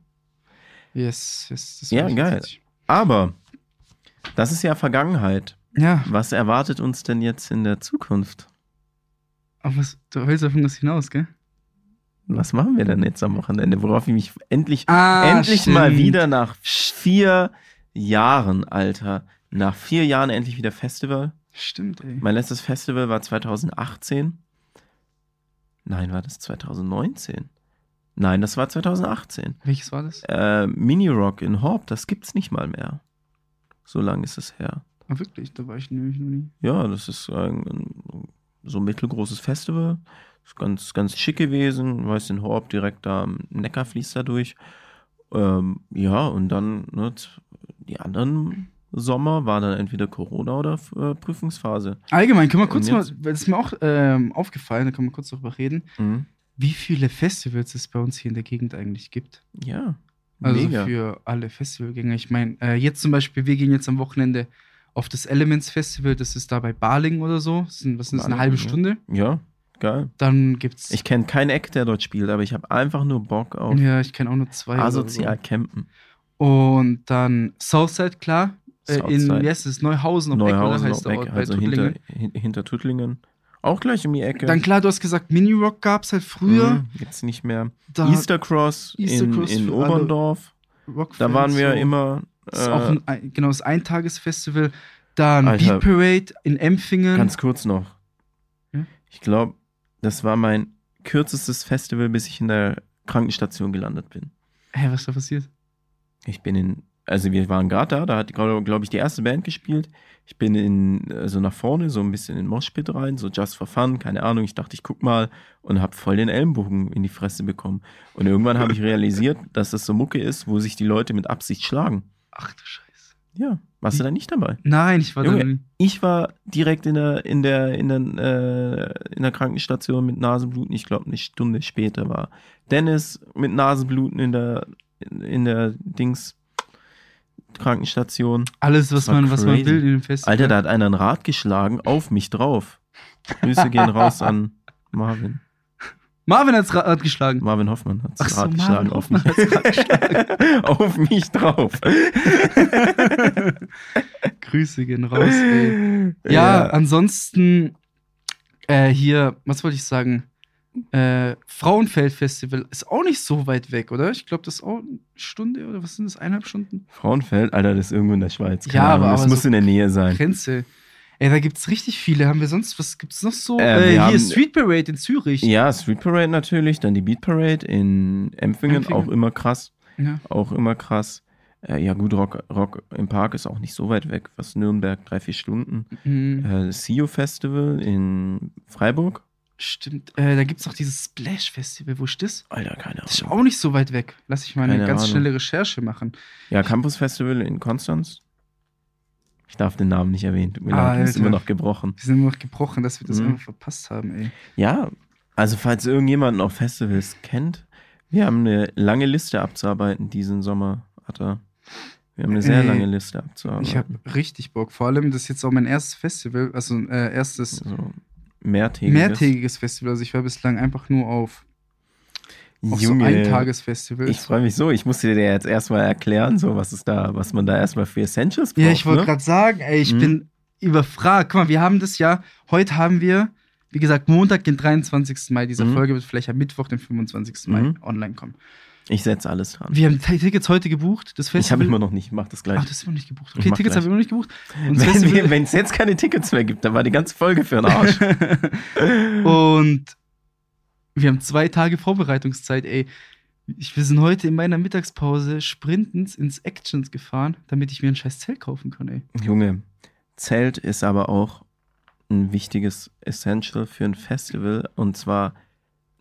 [SPEAKER 1] Yes, yes. Das
[SPEAKER 2] Ja,
[SPEAKER 1] war echt
[SPEAKER 2] geil.
[SPEAKER 1] witzig.
[SPEAKER 2] Aber das ist ja Vergangenheit.
[SPEAKER 1] Ja,
[SPEAKER 2] Was erwartet uns denn jetzt in der Zukunft?
[SPEAKER 1] aber was, du willst auf irgendwas hinaus, gell?
[SPEAKER 2] Was machen wir denn jetzt am Wochenende? Worauf ich mich endlich,
[SPEAKER 1] Ah,
[SPEAKER 2] endlich
[SPEAKER 1] stimmt.
[SPEAKER 2] mal wieder nach vier Jahren, Alter. Nach vier Jahren endlich wieder Festival.
[SPEAKER 1] Stimmt, ey.
[SPEAKER 2] Mein letztes Festival war 2018. Nein, war das 2019? Nein, das war 2018.
[SPEAKER 1] Welches war das?
[SPEAKER 2] Äh, Mini Rock in Horb, das gibt's nicht mal mehr. So lange ist es her.
[SPEAKER 1] Ah, wirklich, da war ich nämlich noch nie.
[SPEAKER 2] Ja, das ist ein, ein, so ein mittelgroßes Festival. Ist ganz, ganz schick gewesen. Weiß den Horb direkt da am Neckar fließt da durch. Ähm, ja, und dann ne, z- die anderen Sommer war dann entweder Corona oder äh, Prüfungsphase.
[SPEAKER 1] Allgemein, können wir kurz
[SPEAKER 2] Ähm,
[SPEAKER 1] mal,
[SPEAKER 2] jetzt-
[SPEAKER 1] weil das ist mir auch ähm, aufgefallen, da können wir kurz drüber reden, wie viele Festivals es bei uns hier in der Gegend eigentlich gibt.
[SPEAKER 2] Ja.
[SPEAKER 1] Also
[SPEAKER 2] mega.
[SPEAKER 1] für alle Festivalgänger. Ich meine, äh, jetzt zum Beispiel, wir gehen jetzt am Wochenende auf das Elements Festival, das ist da bei Baling oder so. Das sind, was sind das, eine
[SPEAKER 2] Balingen,
[SPEAKER 1] halbe
[SPEAKER 2] ja.
[SPEAKER 1] Stunde?
[SPEAKER 2] ja, geil.
[SPEAKER 1] Dann gibt's.
[SPEAKER 2] Ich kenne keinen Act, der dort spielt, aber ich habe einfach nur Bock auf
[SPEAKER 1] ja, ich kenne auch nur zwei. oder
[SPEAKER 2] asozial campen.
[SPEAKER 1] So. Und dann Southside, klar. Äh, in,
[SPEAKER 2] Southside.
[SPEAKER 1] wie heißt es? Neuhausen auf Eck, oder
[SPEAKER 2] Neuhausen
[SPEAKER 1] heißt
[SPEAKER 2] auf
[SPEAKER 1] der Ort
[SPEAKER 2] Eck,
[SPEAKER 1] bei
[SPEAKER 2] also hinter,
[SPEAKER 1] Tuttlingen.
[SPEAKER 2] hin, hinter Tuttlingen. Auch gleich um die Ecke.
[SPEAKER 1] Dann klar, du hast gesagt, Mini-Rock gab es halt früher.
[SPEAKER 2] Mhm, Jetzt nicht mehr.
[SPEAKER 1] Da
[SPEAKER 2] Easter Cross
[SPEAKER 1] Easter
[SPEAKER 2] in,
[SPEAKER 1] Cross
[SPEAKER 2] in
[SPEAKER 1] für alle
[SPEAKER 2] Oberndorf.
[SPEAKER 1] Rockfans,
[SPEAKER 2] Da waren wir
[SPEAKER 1] so.
[SPEAKER 2] immer.
[SPEAKER 1] Das ist auch
[SPEAKER 2] Äh,
[SPEAKER 1] ein, ein, genau, das Eintagesfestival. Dann Beat
[SPEAKER 2] Alter.
[SPEAKER 1] Parade in Empfingen.
[SPEAKER 2] ganz kurz noch.
[SPEAKER 1] Ja?
[SPEAKER 2] Ich glaube, das war mein kürzestes Festival, bis ich in der Krankenstation gelandet bin.
[SPEAKER 1] Hä, was ist da passiert?
[SPEAKER 2] Ich bin in also wir waren gerade da, da hat, glaube ich, die erste Band gespielt. Ich bin in, so also nach vorne, so ein bisschen in den Moshpit rein, so just for fun, keine Ahnung. Ich dachte, ich guck mal und habe voll den Ellenbogen in die Fresse bekommen. Und irgendwann habe ich realisiert, dass das so Mucke ist, wo sich die Leute mit Absicht schlagen.
[SPEAKER 1] Ach du Scheiße.
[SPEAKER 2] Ja, warst du da nicht dabei?
[SPEAKER 1] Nein, ich war da
[SPEAKER 2] Junge.
[SPEAKER 1] nie.
[SPEAKER 2] Ich war direkt in der, in der, in der, äh, in der Krankenstation mit Nasenbluten. Ich glaube, eine Stunde später war Dennis mit Nasenbluten in der, in, in der Dings Krankenstation.
[SPEAKER 1] Alles, was
[SPEAKER 2] war
[SPEAKER 1] man, was man
[SPEAKER 2] crazy.
[SPEAKER 1] will in dem Festival.
[SPEAKER 2] Alter, da hat einer ein Rad geschlagen auf mich drauf. Grüße gehen raus an Marvin.
[SPEAKER 1] Marvin hat's Rad geschlagen.
[SPEAKER 2] <laughs>
[SPEAKER 1] <laughs>
[SPEAKER 2] Marvin Hoffmann hat
[SPEAKER 1] Ach
[SPEAKER 2] das
[SPEAKER 1] so,
[SPEAKER 2] Rad
[SPEAKER 1] Marvin
[SPEAKER 2] geschlagen auf mich. <laughs> auf mich drauf.
[SPEAKER 1] Grüße gehen raus, ey. Ja, ansonsten äh, hier, was wollte ich sagen? Äh, Frauenfeld-Festival ist auch nicht so weit weg, oder? Ich glaube, das ist auch eine Stunde oder was sind das? Eineinhalb Stunden?
[SPEAKER 2] Frauenfeld, Alter, das ist irgendwo in der Schweiz. Keine
[SPEAKER 1] Ja, aber-
[SPEAKER 2] Ahnung, das
[SPEAKER 1] aber
[SPEAKER 2] muss
[SPEAKER 1] so-
[SPEAKER 2] in der Nähe sein.
[SPEAKER 1] Grenze. Ey, da gibt's richtig viele. Haben wir sonst, was gibt's noch so?
[SPEAKER 2] Äh,
[SPEAKER 1] Äh,
[SPEAKER 2] wir
[SPEAKER 1] hier
[SPEAKER 2] haben-
[SPEAKER 1] Street Parade in Zürich.
[SPEAKER 2] Ja, Street Parade natürlich, dann die Beat Parade in Empfingen,
[SPEAKER 1] Empfingen.
[SPEAKER 2] auch immer krass,
[SPEAKER 1] Ja.
[SPEAKER 2] auch immer krass. Äh, ja gut, Rock, Rock im Park ist auch nicht so weit weg, was Nürnberg, drei, vier Stunden.
[SPEAKER 1] Mhm.
[SPEAKER 2] Äh, CEO Festival in Freiburg.
[SPEAKER 1] Stimmt. Äh, da gibt's noch dieses Splash-Festival. Wo ist das?
[SPEAKER 2] Alter, keine
[SPEAKER 1] Das ist
[SPEAKER 2] Ahnung.
[SPEAKER 1] auch nicht so weit weg. Lass ich mal eine
[SPEAKER 2] Keine
[SPEAKER 1] ganz
[SPEAKER 2] Ahnung.
[SPEAKER 1] schnelle Recherche machen.
[SPEAKER 2] Ja, Campus Festival in Konstanz. Ich darf den Namen nicht erwähnen, tut mir leid, ist
[SPEAKER 1] Alter.
[SPEAKER 2] immer noch gebrochen.
[SPEAKER 1] Wir sind nur noch gebrochen, dass wir das
[SPEAKER 2] Mhm.
[SPEAKER 1] einfach verpasst haben, ey.
[SPEAKER 2] Ja, also falls irgendjemand noch Festivals kennt, wir haben eine lange Liste abzuarbeiten diesen Sommer, Atta. Wir haben eine sehr
[SPEAKER 1] Ey,
[SPEAKER 2] lange Liste abzuarbeiten.
[SPEAKER 1] Äh, Ich habe richtig Bock. Vor allem, das ist jetzt auch mein erstes Festival, also äh, erstes
[SPEAKER 2] so mehrtägiges.
[SPEAKER 1] mehrtägiges Festival. Also ich war bislang einfach nur auf, auf so
[SPEAKER 2] Junge,
[SPEAKER 1] Eintagesfestivals.
[SPEAKER 2] Ich freue mich so, ich musste dir jetzt erstmal erklären, so was ist da, was man da erstmal für Essentials braucht.
[SPEAKER 1] ja, ich wollte
[SPEAKER 2] ne?
[SPEAKER 1] gerade sagen, ey, ich
[SPEAKER 2] Mhm.
[SPEAKER 1] bin überfragt. Guck mal, wir haben das ja, heute haben wir, wie gesagt, Montag, den 23. Mai. Diese
[SPEAKER 2] Mhm.
[SPEAKER 1] Folge wird vielleicht am Mittwoch, den 25. Mai
[SPEAKER 2] Mhm.
[SPEAKER 1] online kommen.
[SPEAKER 2] Ich setze alles dran.
[SPEAKER 1] Wir haben die Tickets heute gebucht. Das
[SPEAKER 2] ich habe
[SPEAKER 1] Festival.
[SPEAKER 2] immer noch nicht, ich mach das gleich.
[SPEAKER 1] Ach, das ist immer noch nicht gebucht.
[SPEAKER 2] Ich
[SPEAKER 1] Okay,
[SPEAKER 2] mach
[SPEAKER 1] Tickets
[SPEAKER 2] gleich.
[SPEAKER 1] haben wir noch nicht gebucht. Und das Festival-
[SPEAKER 2] Wenn es jetzt keine Tickets mehr gibt, dann war die ganze Folge für
[SPEAKER 1] <laughs>
[SPEAKER 2] den Arsch. <laughs>
[SPEAKER 1] Und wir haben zwei Tage Vorbereitungszeit, ey. Ich, wir sind heute in meiner Mittagspause sprintend ins Actions gefahren, damit ich mir ein scheiß Zelt kaufen kann, ey.
[SPEAKER 2] Junge, Zelt ist aber auch ein wichtiges Essential für ein Festival und zwar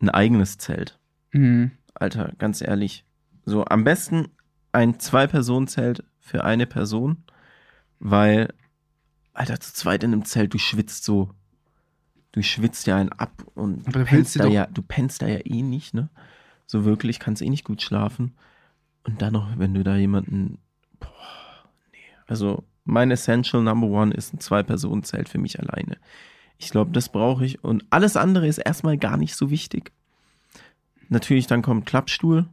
[SPEAKER 2] ein eigenes Zelt. Mhm. Alter, ganz ehrlich. So, am besten ein Zwei-Personen-Zelt für eine Person, weil, Alter, zu zweit in einem Zelt, du schwitzt so. Du schwitzt ja einen ab und
[SPEAKER 1] Aber
[SPEAKER 2] du
[SPEAKER 1] da willst
[SPEAKER 2] pennst,
[SPEAKER 1] du
[SPEAKER 2] da
[SPEAKER 1] doch-
[SPEAKER 2] ja, du pennst da ja eh nicht, ne? So wirklich, kannst eh nicht gut schlafen. Und dann noch, wenn du da jemanden. Boah, nee. Also, mein Essential Number One ist ein Zwei-Personen-Zelt für mich alleine. Ich glaube, das brauche ich. Und alles andere ist erstmal gar nicht so wichtig. Natürlich, dann kommt Klappstuhl.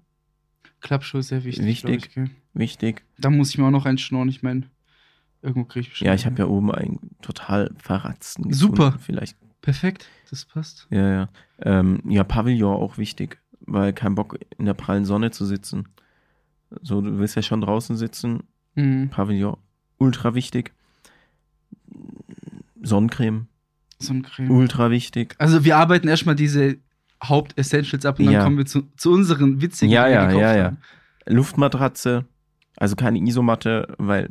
[SPEAKER 1] Klappschuhe ist sehr wichtig.
[SPEAKER 2] Wichtig.
[SPEAKER 1] glaub Ich, gell?
[SPEAKER 2] Wichtig.
[SPEAKER 1] Da muss ich mir auch noch einen schnorren, ich meine, irgendwo kriege ich bestimmt.
[SPEAKER 2] Ja, ich habe ja oben einen total verratzten. gefunden,
[SPEAKER 1] Super.
[SPEAKER 2] Vielleicht.
[SPEAKER 1] Perfekt, das passt.
[SPEAKER 2] Ja, ja. Ähm, ja, Pavillon auch wichtig, weil kein Bock in der prallen Sonne zu sitzen. So, du willst ja schon draußen sitzen.
[SPEAKER 1] Mhm.
[SPEAKER 2] Pavillon ultra wichtig. Sonnencreme
[SPEAKER 1] Sonnencreme.
[SPEAKER 2] ultra wichtig.
[SPEAKER 1] Also wir arbeiten erstmal diese Haupt-Essentials ab und
[SPEAKER 2] Ja.
[SPEAKER 1] dann kommen wir zu, zu unseren witzigen,
[SPEAKER 2] Ja,
[SPEAKER 1] die wir
[SPEAKER 2] ja,
[SPEAKER 1] gekauft
[SPEAKER 2] ja, ja.
[SPEAKER 1] haben.
[SPEAKER 2] Luftmatratze, also keine Isomatte, weil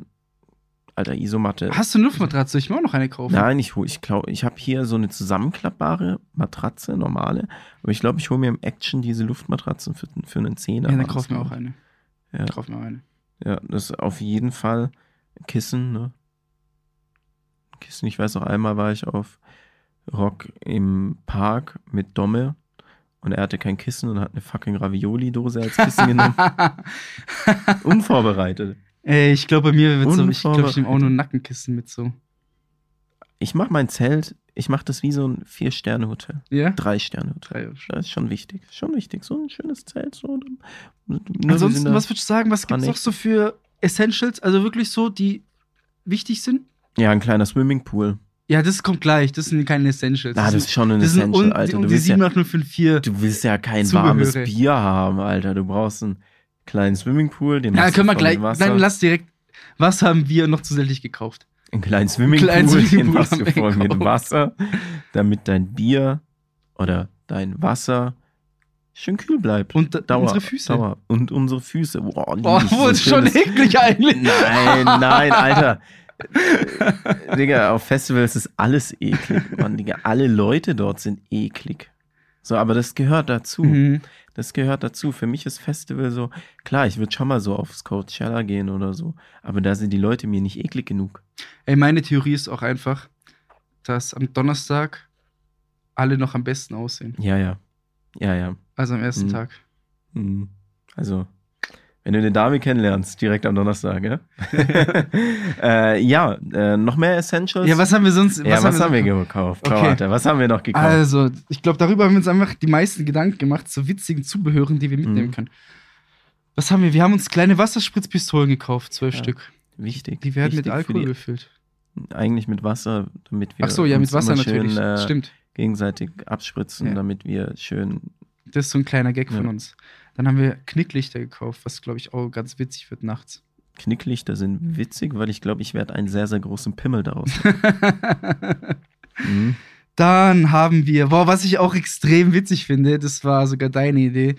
[SPEAKER 2] alter Isomatte.
[SPEAKER 1] Hast du eine Luftmatratze? Soll ich mir auch noch eine kaufen?
[SPEAKER 2] Nein, ich hol, ich glaube, ich habe hier so eine zusammenklappbare Matratze, normale. Aber ich glaube, ich hole mir im Action diese Luftmatratzen für, für einen
[SPEAKER 1] ja,
[SPEAKER 2] Zehner.
[SPEAKER 1] dann
[SPEAKER 2] war das,
[SPEAKER 1] kauf mir
[SPEAKER 2] glaub
[SPEAKER 1] auch
[SPEAKER 2] ich.
[SPEAKER 1] eine.
[SPEAKER 2] Ja.
[SPEAKER 1] Kauf mir auch eine.
[SPEAKER 2] Ja, das ist auf jeden Fall Kissen, ne? Kissen, ich weiß noch einmal war ich auf Rock im Park mit Domme und er hatte kein Kissen und hat eine fucking Ravioli-Dose als
[SPEAKER 1] <laughs>
[SPEAKER 2] Kissen genommen. Unvorbereitet.
[SPEAKER 1] Ey, ich glaube, bei mir wird so, ich glaube, ich nehme auch
[SPEAKER 2] Unvorbereitet.
[SPEAKER 1] nur ein Nackenkissen mit so.
[SPEAKER 2] Ich mach mein Zelt, ich mach das wie so ein Vier-Sterne-Hotel.
[SPEAKER 1] Ja?
[SPEAKER 2] Drei-Sterne-Hotel.
[SPEAKER 1] Drei.
[SPEAKER 2] Das ist schon wichtig. Schon wichtig. So ein schönes Zelt. So.
[SPEAKER 1] Ansonsten, was würdest du sagen, was
[SPEAKER 2] paar
[SPEAKER 1] gibt es noch so für Essentials, also wirklich so, die wichtig sind?
[SPEAKER 2] Ja, ein kleiner Swimmingpool.
[SPEAKER 1] Ja, das kommt gleich, das sind keine Essentials.
[SPEAKER 2] Ah, das ist schon ein
[SPEAKER 1] das sind
[SPEAKER 2] Essential,
[SPEAKER 1] un,
[SPEAKER 2] Alter.
[SPEAKER 1] um
[SPEAKER 2] Du
[SPEAKER 1] die
[SPEAKER 2] willst ja
[SPEAKER 1] 78054.
[SPEAKER 2] Du willst ja kein
[SPEAKER 1] Zugehöre.
[SPEAKER 2] warmes Bier haben, Alter. Du brauchst einen kleinen Swimmingpool, den
[SPEAKER 1] Ja,
[SPEAKER 2] machst du
[SPEAKER 1] können wir
[SPEAKER 2] voll
[SPEAKER 1] gleich,
[SPEAKER 2] mit Wasser.
[SPEAKER 1] dann lass direkt, was haben wir noch zusätzlich gekauft?
[SPEAKER 2] einen kleinen Swimmingpool,
[SPEAKER 1] kleinen
[SPEAKER 2] den
[SPEAKER 1] Swimmingpool
[SPEAKER 2] machst du
[SPEAKER 1] am
[SPEAKER 2] voll mit
[SPEAKER 1] Einkauf.
[SPEAKER 2] Wasser, damit dein Bier oder dein Wasser schön kühl bleibt.
[SPEAKER 1] Und da- unsere Füße.
[SPEAKER 2] Dauer. Und unsere Füße. Boah,
[SPEAKER 1] Boah,
[SPEAKER 2] Lies, so
[SPEAKER 1] das ist schon
[SPEAKER 2] schönes-
[SPEAKER 1] eklig
[SPEAKER 2] <laughs>
[SPEAKER 1] eigentlich. <laughs>
[SPEAKER 2] Nein, nein, Alter. Äh, Digga, auf Festivals ist alles eklig, Mann, Digga. Alle Leute dort sind eklig. So, aber das gehört dazu.
[SPEAKER 1] Mhm.
[SPEAKER 2] Das gehört dazu. Für mich ist Festival so, klar, ich würde schon mal so aufs Coachella gehen oder so, aber da sind die Leute mir nicht eklig genug.
[SPEAKER 1] Ey, meine Theorie ist auch einfach, dass am Donnerstag alle noch am besten aussehen.
[SPEAKER 2] Ja, ja. Ja, ja.
[SPEAKER 1] Also am ersten
[SPEAKER 2] Mhm.
[SPEAKER 1] Tag.
[SPEAKER 2] Mhm. Also, wenn du eine Dame kennenlernst, direkt am Donnerstag,
[SPEAKER 1] <laughs>
[SPEAKER 2] ja? äh, ja, äh, noch mehr Essentials.
[SPEAKER 1] Ja, was haben wir sonst?
[SPEAKER 2] ja, was haben wir
[SPEAKER 1] sonst-
[SPEAKER 2] gekauft?
[SPEAKER 1] Okay.
[SPEAKER 2] Warte, Was haben wir noch gekauft?
[SPEAKER 1] Also, ich glaube, darüber haben wir uns einfach die meisten Gedanken gemacht, zu witzigen Zubehören, die wir mitnehmen
[SPEAKER 2] Mhm.
[SPEAKER 1] können. Was haben wir? Wir haben uns kleine Wasserspritzpistolen gekauft, zwölf
[SPEAKER 2] Ja.
[SPEAKER 1] Stück.
[SPEAKER 2] Wichtig.
[SPEAKER 1] Die werden
[SPEAKER 2] wichtig
[SPEAKER 1] mit
[SPEAKER 2] für
[SPEAKER 1] Alkohol
[SPEAKER 2] Die,
[SPEAKER 1] befüllt.
[SPEAKER 2] eigentlich mit Wasser, damit wir
[SPEAKER 1] Ach so, ja, mit
[SPEAKER 2] uns
[SPEAKER 1] Wasser
[SPEAKER 2] immer schön,
[SPEAKER 1] natürlich.
[SPEAKER 2] äh,
[SPEAKER 1] Stimmt.
[SPEAKER 2] gegenseitig abspritzen,
[SPEAKER 1] Ja.
[SPEAKER 2] damit wir schön.
[SPEAKER 1] Das ist so ein kleiner Gag von
[SPEAKER 2] ja.
[SPEAKER 1] uns. Dann haben wir Knicklichter gekauft, was, glaube ich, auch ganz witzig wird nachts. <laughs>
[SPEAKER 2] Knicklichter
[SPEAKER 1] Mhm.
[SPEAKER 2] sind witzig, weil ich glaube, ich werde einen sehr, sehr großen Pimmel daraus.
[SPEAKER 1] <laughs>
[SPEAKER 2] mhm.
[SPEAKER 1] Dann haben wir, boah, was ich auch extrem witzig finde, das war sogar deine Idee,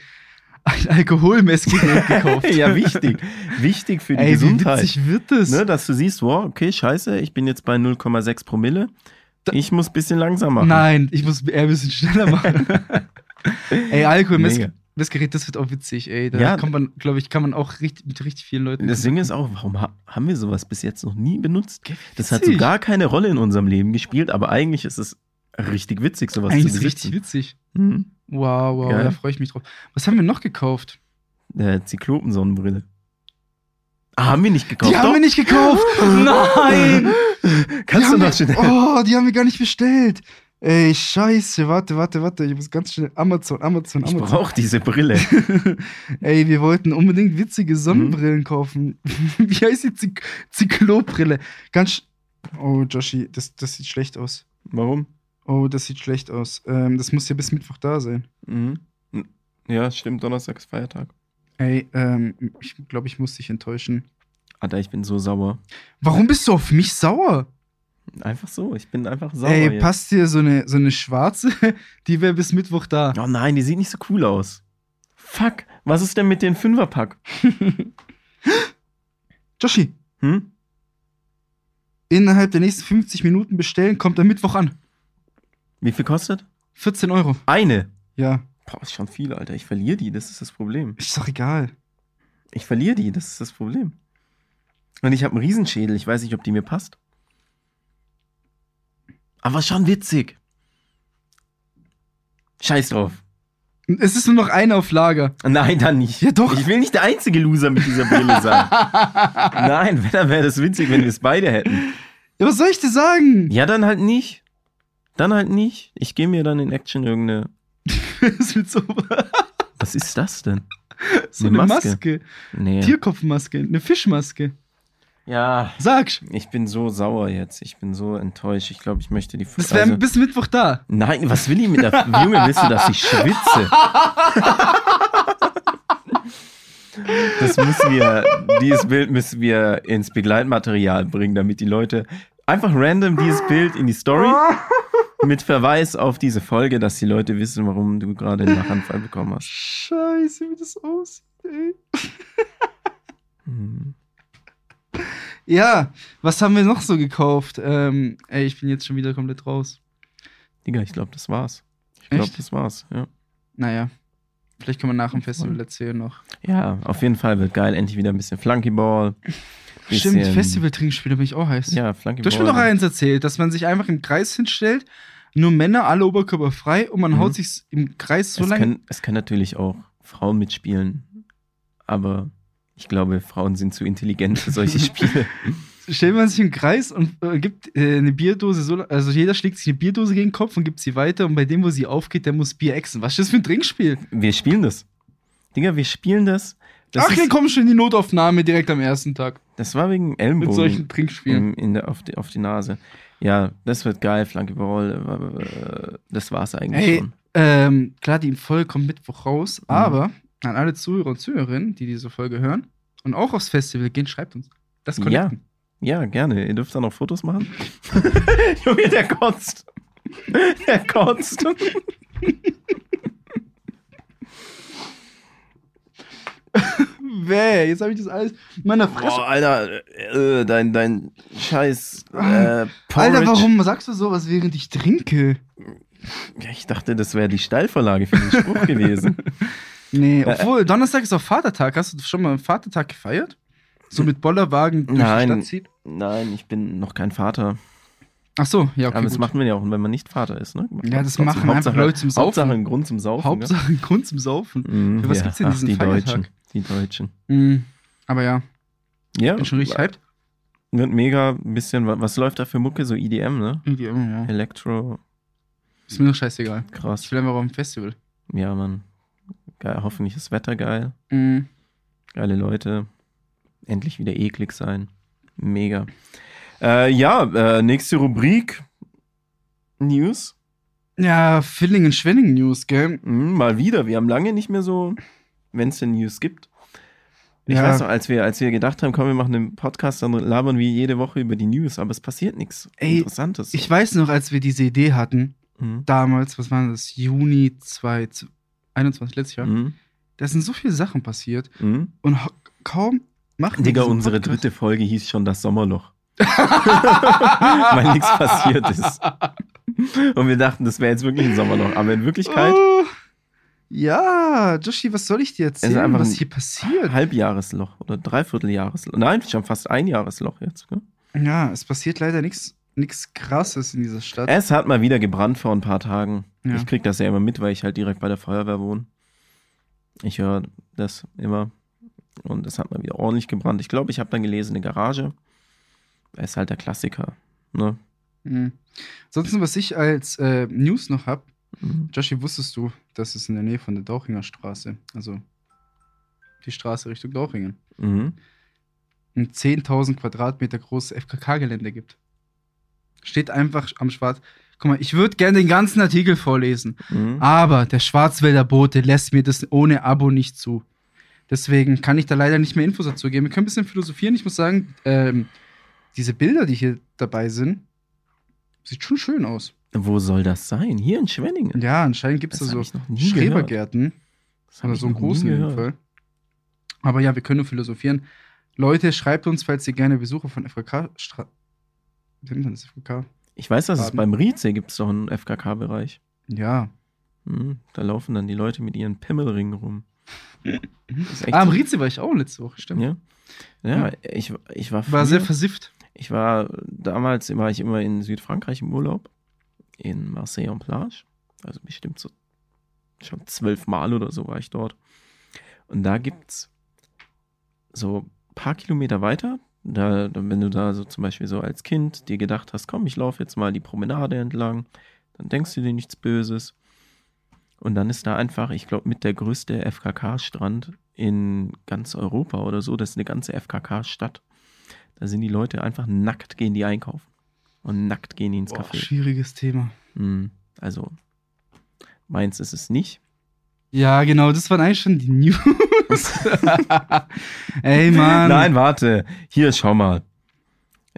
[SPEAKER 1] ein Alkoholmessgerät gekauft.
[SPEAKER 2] <laughs> ja, wichtig. Wichtig für die
[SPEAKER 1] Ey, wie
[SPEAKER 2] Gesundheit.
[SPEAKER 1] witzig wird das?
[SPEAKER 2] Ne, dass du siehst, wow, okay, scheiße, ich bin jetzt bei 0,6 Promille.
[SPEAKER 1] Da-
[SPEAKER 2] Ich muss ein bisschen langsam machen.
[SPEAKER 1] Nein, ich muss eher ein bisschen schneller
[SPEAKER 2] <laughs>
[SPEAKER 1] machen. ey,
[SPEAKER 2] Mega.
[SPEAKER 1] Alkoholmessgerät, das wird auch witzig, ey. Da
[SPEAKER 2] Ja.
[SPEAKER 1] kann man, glaube ich, kann man auch richtig, mit richtig vielen Leuten.
[SPEAKER 2] Das Ding ist auch, warum ha haben wir sowas bis jetzt noch nie benutzt? Das hat so
[SPEAKER 1] witzig.
[SPEAKER 2] gar keine Rolle in unserem Leben gespielt, aber eigentlich ist es richtig witzig, sowas
[SPEAKER 1] eigentlich
[SPEAKER 2] zu
[SPEAKER 1] ist
[SPEAKER 2] besitzen.
[SPEAKER 1] richtig witzig.
[SPEAKER 2] Mhm.
[SPEAKER 1] Wow, wow,
[SPEAKER 2] Geil.
[SPEAKER 1] da freue ich mich drauf. Was haben wir noch gekauft?
[SPEAKER 2] Äh, Zyklopensonnenbrille. Ah, haben wir nicht gekauft.
[SPEAKER 1] die haben
[SPEAKER 2] doch.
[SPEAKER 1] wir nicht
[SPEAKER 2] <laughs>
[SPEAKER 1] gekauft! Nein!
[SPEAKER 2] Kannst
[SPEAKER 1] Die
[SPEAKER 2] du
[SPEAKER 1] haben
[SPEAKER 2] noch
[SPEAKER 1] wir-
[SPEAKER 2] schnell.
[SPEAKER 1] Oh, die haben wir gar nicht bestellt. Ey, scheiße, warte, warte, warte. Ich muss ganz schnell. Amazon, Amazon,
[SPEAKER 2] ich
[SPEAKER 1] Amazon.
[SPEAKER 2] brauche diese Brille.
[SPEAKER 1] Ey, wir wollten unbedingt witzige Sonnenbrillen
[SPEAKER 2] Mhm.
[SPEAKER 1] kaufen. <laughs> Wie heißt die Zyk Zyklobrille? Ganz. sch- Oh, Joshi, das, das sieht schlecht aus.
[SPEAKER 2] Warum?
[SPEAKER 1] Oh, das sieht schlecht aus. Ähm, das muss ja bis Mittwoch da sein.
[SPEAKER 2] Mhm. Ja, stimmt, Donnerstag ist Feiertag.
[SPEAKER 1] Ey, ähm, ich glaube, ich muss dich enttäuschen.
[SPEAKER 2] Alter, ich bin so sauer.
[SPEAKER 1] Warum bist du auf mich sauer?
[SPEAKER 2] Einfach so, ich bin einfach sauer.
[SPEAKER 1] Ey,
[SPEAKER 2] jetzt.
[SPEAKER 1] passt dir so eine, so eine schwarze? <laughs> Die wäre bis Mittwoch da.
[SPEAKER 2] Oh nein, die sieht nicht so cool aus. Fuck, was ist denn mit den Fünferpack?
[SPEAKER 1] Joshi,
[SPEAKER 2] Hm?
[SPEAKER 1] innerhalb der nächsten 50 Minuten bestellen, kommt am Mittwoch an.
[SPEAKER 2] Wie viel kostet?
[SPEAKER 1] 14 Euro.
[SPEAKER 2] Eine.
[SPEAKER 1] Ja,
[SPEAKER 2] Boah, ist schon viel, Alter. Ich verliere die, das ist das Problem.
[SPEAKER 1] ist doch egal.
[SPEAKER 2] Ich verliere die, das ist das Problem. Und ich habe einen Riesenschädel, ich weiß nicht, ob die mir passt. Aber schon witzig. Scheiß drauf.
[SPEAKER 1] Es ist nur noch eine auf Lager.
[SPEAKER 2] Nein, dann nicht.
[SPEAKER 1] Ja, doch.
[SPEAKER 2] Ich will nicht der einzige Loser mit dieser Brille
[SPEAKER 1] <laughs>
[SPEAKER 2] sein. Nein, wenn, dann wäre das witzig, wenn wir es beide hätten.
[SPEAKER 1] Ja, was soll ich dir sagen? <laughs>
[SPEAKER 2] Ja, dann halt nicht. Dann halt nicht. Ich gehe mir dann in Action irgendeine
[SPEAKER 1] Es wird so,
[SPEAKER 2] Was ist das denn?
[SPEAKER 1] so
[SPEAKER 2] Eine
[SPEAKER 1] eine
[SPEAKER 2] Maske.
[SPEAKER 1] Maske.
[SPEAKER 2] Nee.
[SPEAKER 1] Tierkopfmaske, eine Fischmaske.
[SPEAKER 2] Ja.
[SPEAKER 1] Sag's.
[SPEAKER 2] Ich bin so sauer jetzt. Ich bin so enttäuscht. Ich glaube, ich möchte die also
[SPEAKER 1] Das wäre bis Mittwoch da.
[SPEAKER 2] Nein, was will ich mit der. Junge, willst du, dass ich schwitze? Das müssen wir. Dieses Bild müssen wir ins Begleitmaterial bringen, damit die Leute. Einfach random dieses Bild in die Story. Mit Verweis auf diese Folge, dass die Leute wissen, warum du gerade einen Lachanfall bekommen hast.
[SPEAKER 1] Scheiße, wie das aussieht, ey. Mhm.
[SPEAKER 2] Hm.
[SPEAKER 1] Ja, was haben wir noch so gekauft? Ähm, ey, ich bin jetzt schon wieder komplett raus.
[SPEAKER 2] Digga, ich glaube, das war's. Ich glaube,
[SPEAKER 1] Echt?
[SPEAKER 2] das war's. Ja.
[SPEAKER 1] Naja, vielleicht kann man nach dem Festival erzählen noch.
[SPEAKER 2] Ja, auf jeden Fall wird geil. Endlich wieder ein bisschen Flunkyball.
[SPEAKER 1] Stimmt, Festival-Trinkspiele bin ich auch heiß.
[SPEAKER 2] Ja, Flunkyball.
[SPEAKER 1] Du hast mir noch eins erzählt, dass man sich einfach im Kreis hinstellt, nur Männer, alle Oberkörper frei und man
[SPEAKER 2] Mhm.
[SPEAKER 1] haut sich im Kreis so
[SPEAKER 2] es,
[SPEAKER 1] lange.
[SPEAKER 2] können, es können natürlich auch Frauen mitspielen. Aber ich glaube, Frauen sind zu intelligent für <laughs> solche Spiele.
[SPEAKER 1] Stellt man sich im Kreis und äh, gibt äh, eine Bierdose so, lang- also jeder schlägt sich eine Bierdose gegen den Kopf und gibt sie weiter und bei dem, wo sie aufgeht, der muss Bier exen. Was ist das für ein Trinkspiel?
[SPEAKER 2] Wir spielen das. Digga, wir spielen das. Das,
[SPEAKER 1] Ach, hier
[SPEAKER 2] ist,
[SPEAKER 1] kommen schon die Notaufnahme direkt am ersten Tag
[SPEAKER 2] das war wegen
[SPEAKER 1] mit
[SPEAKER 2] Ellenbogen
[SPEAKER 1] solchen Trinkspielen.
[SPEAKER 2] in, in der, auf, die, auf die Nase. Ja, das wird geil, Flunkyball. äh, Das war's eigentlich
[SPEAKER 1] Ey,
[SPEAKER 2] schon. Mhm.
[SPEAKER 1] Ähm, klar, die Folge kommt Mittwoch raus, aber an alle Zuhörer und Zuhörerinnen, die diese Folge hören und auch aufs Festival gehen, schreibt uns. Das
[SPEAKER 2] Ja.
[SPEAKER 1] connecten.
[SPEAKER 2] Ja, gerne. Ihr dürft dann auch Fotos machen. <laughs> Junge, der kotzt. Der kotzt.
[SPEAKER 1] Weh, jetzt habe ich das alles in meiner Fresse.
[SPEAKER 2] Boah, Alter, äh, dein, dein scheiß äh,
[SPEAKER 1] Ah,
[SPEAKER 2] Porridge.
[SPEAKER 1] Alter, warum sagst du sowas, während ich trinke?
[SPEAKER 2] Ja, ich dachte, das wäre die Steilvorlage für den
[SPEAKER 1] <laughs>
[SPEAKER 2] Spruch gewesen. Äh,
[SPEAKER 1] Nee, obwohl, Donnerstag ist auch Vatertag. Hast du schon mal einen Vatertag gefeiert? So mit Bollerwagen durch
[SPEAKER 2] Nein.
[SPEAKER 1] die Stadt zieht?
[SPEAKER 2] Nein, ich bin noch kein Vater.
[SPEAKER 1] Ach so, ja, okay.
[SPEAKER 2] Aber das
[SPEAKER 1] gut.
[SPEAKER 2] macht man ja auch, wenn man nicht Vater ist, ne?
[SPEAKER 1] Ja, das
[SPEAKER 2] Hauptsache-
[SPEAKER 1] machen einfach
[SPEAKER 2] Hauptsache-
[SPEAKER 1] Leute zum Saufen.
[SPEAKER 2] Hauptsache ein Grund zum Saufen. ne?
[SPEAKER 1] Hauptsache <laughs> ein Grund zum Saufen.
[SPEAKER 2] Ja? Mhm,
[SPEAKER 1] Für was
[SPEAKER 2] ja.
[SPEAKER 1] gibt's denn
[SPEAKER 2] Ach,
[SPEAKER 1] diesen
[SPEAKER 2] die
[SPEAKER 1] Feiertag?
[SPEAKER 2] Deutschen. Die Deutschen.
[SPEAKER 1] Mhm. Aber ja,
[SPEAKER 2] Ja,
[SPEAKER 1] bin schon richtig hyped.
[SPEAKER 2] wird mega ein bisschen. wa- Was läuft da für Mucke? So EDM, ne?
[SPEAKER 1] Irgendwie, mm, ja.
[SPEAKER 2] Elektro,
[SPEAKER 1] Ist mir doch scheißegal. Ich
[SPEAKER 2] krass.
[SPEAKER 1] will einfach auf dem Festival.
[SPEAKER 2] Ja, Mann. Geil, hoffentlich ist Wetter geil.
[SPEAKER 1] Mhm.
[SPEAKER 2] Geile Leute. Endlich wieder eklig sein. Mega. Äh, ja, äh, nächste Rubrik. News.
[SPEAKER 1] Ja, Filling und Schwenning News, gell?
[SPEAKER 2] Hm, mal wieder. Wir haben lange nicht mehr so, wenn es denn News gibt. Ich
[SPEAKER 1] Ja.
[SPEAKER 2] weiß noch, als wir, als wir gedacht haben, komm, wir machen einen Podcast, dann labern wir jede Woche über die News, aber es passiert nichts
[SPEAKER 1] Ey,
[SPEAKER 2] Interessantes.
[SPEAKER 1] Ich weiß noch, als wir diese Idee hatten,
[SPEAKER 2] Mhm.
[SPEAKER 1] damals, was war das? Juni 2021, letztes Jahr.
[SPEAKER 2] Mhm.
[SPEAKER 1] Da sind so viele Sachen passiert
[SPEAKER 2] Mhm.
[SPEAKER 1] und ho- kaum machen wir
[SPEAKER 2] Digga,
[SPEAKER 1] diesen
[SPEAKER 2] unsere
[SPEAKER 1] Podcast.
[SPEAKER 2] dritte Folge hieß schon das Sommerloch. <laughs>
[SPEAKER 1] <laughs>
[SPEAKER 2] Weil nichts passiert ist. Und wir dachten, das wäre jetzt wirklich ein Sommerloch. Aber in Wirklichkeit
[SPEAKER 1] Oh. Ja, Joshi, was soll ich dir erzählen,
[SPEAKER 2] einfach
[SPEAKER 1] was
[SPEAKER 2] ein-
[SPEAKER 1] hier passiert?
[SPEAKER 2] Halbjahresloch oder Dreivierteljahresloch. Nein, schon fast ein Jahresloch jetzt. Gell?
[SPEAKER 1] Ja, es passiert leider nichts nichts krasses in dieser Stadt.
[SPEAKER 2] Es hat mal wieder gebrannt vor ein paar Tagen.
[SPEAKER 1] Ja.
[SPEAKER 2] Ich krieg das ja immer mit, weil ich halt direkt bei der Feuerwehr wohne. Ich höre das immer. Und es hat mal wieder ordentlich gebrannt. Ich glaube, ich habe dann gelesen, eine Garage. Das ist halt der Klassiker. Ne?
[SPEAKER 1] Mhm. Ansonsten, was ich als äh, News noch habe,
[SPEAKER 2] Mhm.
[SPEAKER 1] Joshi, wusstest du, dass es in der Nähe von der Dauchinger Straße, also die Straße Richtung Dauchingen,
[SPEAKER 2] Mhm.
[SPEAKER 1] ein 10.000 Quadratmeter großes FKK-Gelände gibt? Steht einfach am Schwarz. Guck mal, ich würde gerne den ganzen Artikel vorlesen.
[SPEAKER 2] Mhm.
[SPEAKER 1] Aber der Schwarzwälder Bote lässt mir das ohne Abo nicht zu. Deswegen kann ich da leider nicht mehr Infos dazu geben. Wir können ein bisschen philosophieren. Ich muss sagen, ähm, diese Bilder, die hier dabei sind, sieht schon schön aus.
[SPEAKER 2] Wo soll das sein? Hier in Schwenningen.
[SPEAKER 1] Ja, anscheinend gibt es
[SPEAKER 2] Das
[SPEAKER 1] da
[SPEAKER 2] hab
[SPEAKER 1] so
[SPEAKER 2] ich noch nie gehört.
[SPEAKER 1] Schrebergärten.
[SPEAKER 2] Das hab
[SPEAKER 1] Oder
[SPEAKER 2] ich
[SPEAKER 1] so einen
[SPEAKER 2] noch nie
[SPEAKER 1] großen in dem
[SPEAKER 2] gehört.
[SPEAKER 1] Fall. Aber ja, wir können nur philosophieren. Leute, schreibt uns, falls ihr gerne Besucher von FKK. Stra Wer nennt man das FKK?
[SPEAKER 2] Ich weiß, dass es
[SPEAKER 1] Baden.
[SPEAKER 2] beim Rieze gibt es doch einen FKK-Bereich.
[SPEAKER 1] Ja.
[SPEAKER 2] Mhm. Da laufen dann die Leute mit ihren
[SPEAKER 1] <laughs>
[SPEAKER 2] Pimmelringen rum. Das ist echt
[SPEAKER 1] Ah, am
[SPEAKER 2] so.
[SPEAKER 1] Rize war ich auch letzte Woche, stimmt.
[SPEAKER 2] Ja, ja ich, ich war früher,
[SPEAKER 1] War sehr versifft.
[SPEAKER 2] ich war damals war ich immer in Südfrankreich im Urlaub in Marseille en Plage, also bestimmt so schon zwölf Mal oder so war ich dort. Und da gibt's so ein paar Kilometer weiter, da, da- wenn du da so zum Beispiel so als Kind dir gedacht hast, komm, ich laufe jetzt mal die Promenade entlang, dann denkst du dir nichts Böses. Und dann ist da einfach, ich glaube, mit der größte FKK-Strand in ganz Europa oder so. Das ist eine ganze FKK-Stadt. Da sind die Leute einfach nackt, gehen die einkaufen. Und nackt gehen die ins
[SPEAKER 1] Boah,
[SPEAKER 2] Café.
[SPEAKER 1] schwieriges Thema.
[SPEAKER 2] Hm, Also, meins ist es nicht.
[SPEAKER 1] Ja, genau, das waren eigentlich schon die News.
[SPEAKER 2] <laughs>
[SPEAKER 1] Ey, Mann.
[SPEAKER 2] Nein, warte. Hier, schau mal.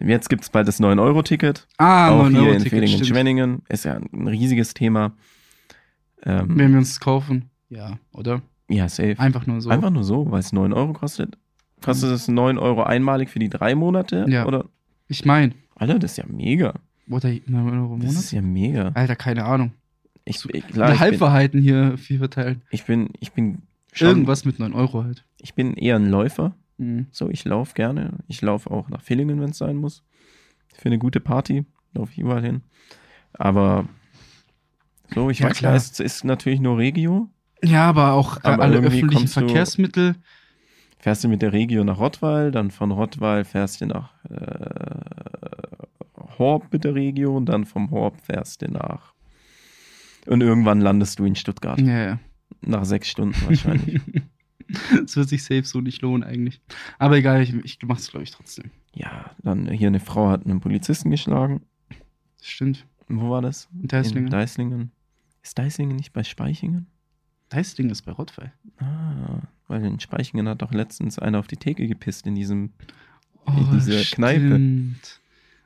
[SPEAKER 2] Jetzt gibt es bald das 9-Euro-Ticket.
[SPEAKER 1] ah,
[SPEAKER 2] auch
[SPEAKER 1] Mann,
[SPEAKER 2] hier in
[SPEAKER 1] Ticket,
[SPEAKER 2] Fehlingen und
[SPEAKER 1] stimmt.
[SPEAKER 2] Schwenningen. Ist ja ein riesiges Thema. Ähm,
[SPEAKER 1] Wenn wir uns das kaufen. Ja, oder?
[SPEAKER 2] ja, safe.
[SPEAKER 1] Einfach nur so.
[SPEAKER 2] Einfach nur so, weil es 9 Euro kostet. Kostet es 9 Euro einmalig für die drei Monate?
[SPEAKER 1] Ja.
[SPEAKER 2] Oder?
[SPEAKER 1] Ich meine,
[SPEAKER 2] Alter, das ist ja mega.
[SPEAKER 1] oder 9 Euro im
[SPEAKER 2] Das
[SPEAKER 1] Monat?
[SPEAKER 2] ist ja mega.
[SPEAKER 1] Alter, keine Ahnung.
[SPEAKER 2] Ich,
[SPEAKER 1] so-
[SPEAKER 2] ich,
[SPEAKER 1] Klar,
[SPEAKER 2] klar, ich, bin,
[SPEAKER 1] Halbwahrheiten hier viel verteilen.
[SPEAKER 2] ich bin, ich bin schon,
[SPEAKER 1] Irgendwas mit 9 Euro halt.
[SPEAKER 2] Ich bin eher ein Läufer.
[SPEAKER 1] Mhm.
[SPEAKER 2] So, ich laufe gerne. Ich laufe auch nach Villingen, wenn es sein muss. Für eine gute Party laufe ich überall hin. Aber so, ich
[SPEAKER 1] Ja,
[SPEAKER 2] weiß,
[SPEAKER 1] klar.
[SPEAKER 2] klar, es ist natürlich nur Regio.
[SPEAKER 1] Ja, aber auch äh,
[SPEAKER 2] Aber
[SPEAKER 1] alle
[SPEAKER 2] irgendwie
[SPEAKER 1] öffentlichen
[SPEAKER 2] kommst du-
[SPEAKER 1] Verkehrsmittel.
[SPEAKER 2] Fährst du mit der Regio nach Rottweil, dann von Rottweil fährst du nach äh, Horb mit der Regio und dann vom Horb fährst du nach. Und irgendwann landest du in Stuttgart.
[SPEAKER 1] Ja, ja.
[SPEAKER 2] Nach sechs Stunden
[SPEAKER 1] <laughs>
[SPEAKER 2] wahrscheinlich.
[SPEAKER 1] Das wird sich safe so nicht lohnen eigentlich. Aber egal, ich, ich mach's, glaube ich, trotzdem.
[SPEAKER 2] ja, dann hier eine Frau hat einen Polizisten geschlagen.
[SPEAKER 1] Das stimmt.
[SPEAKER 2] Wo war das?
[SPEAKER 1] Und Deislingen.
[SPEAKER 2] In Deislingen. Ist Deislingen nicht bei Speichingen?
[SPEAKER 1] Deislingen ist bei Rottweil.
[SPEAKER 2] Ah, weil in Speichingen hat doch letztens einer auf die Theke gepisst in diesem.
[SPEAKER 1] Oh,
[SPEAKER 2] diese Kneipe.
[SPEAKER 1] stimmt.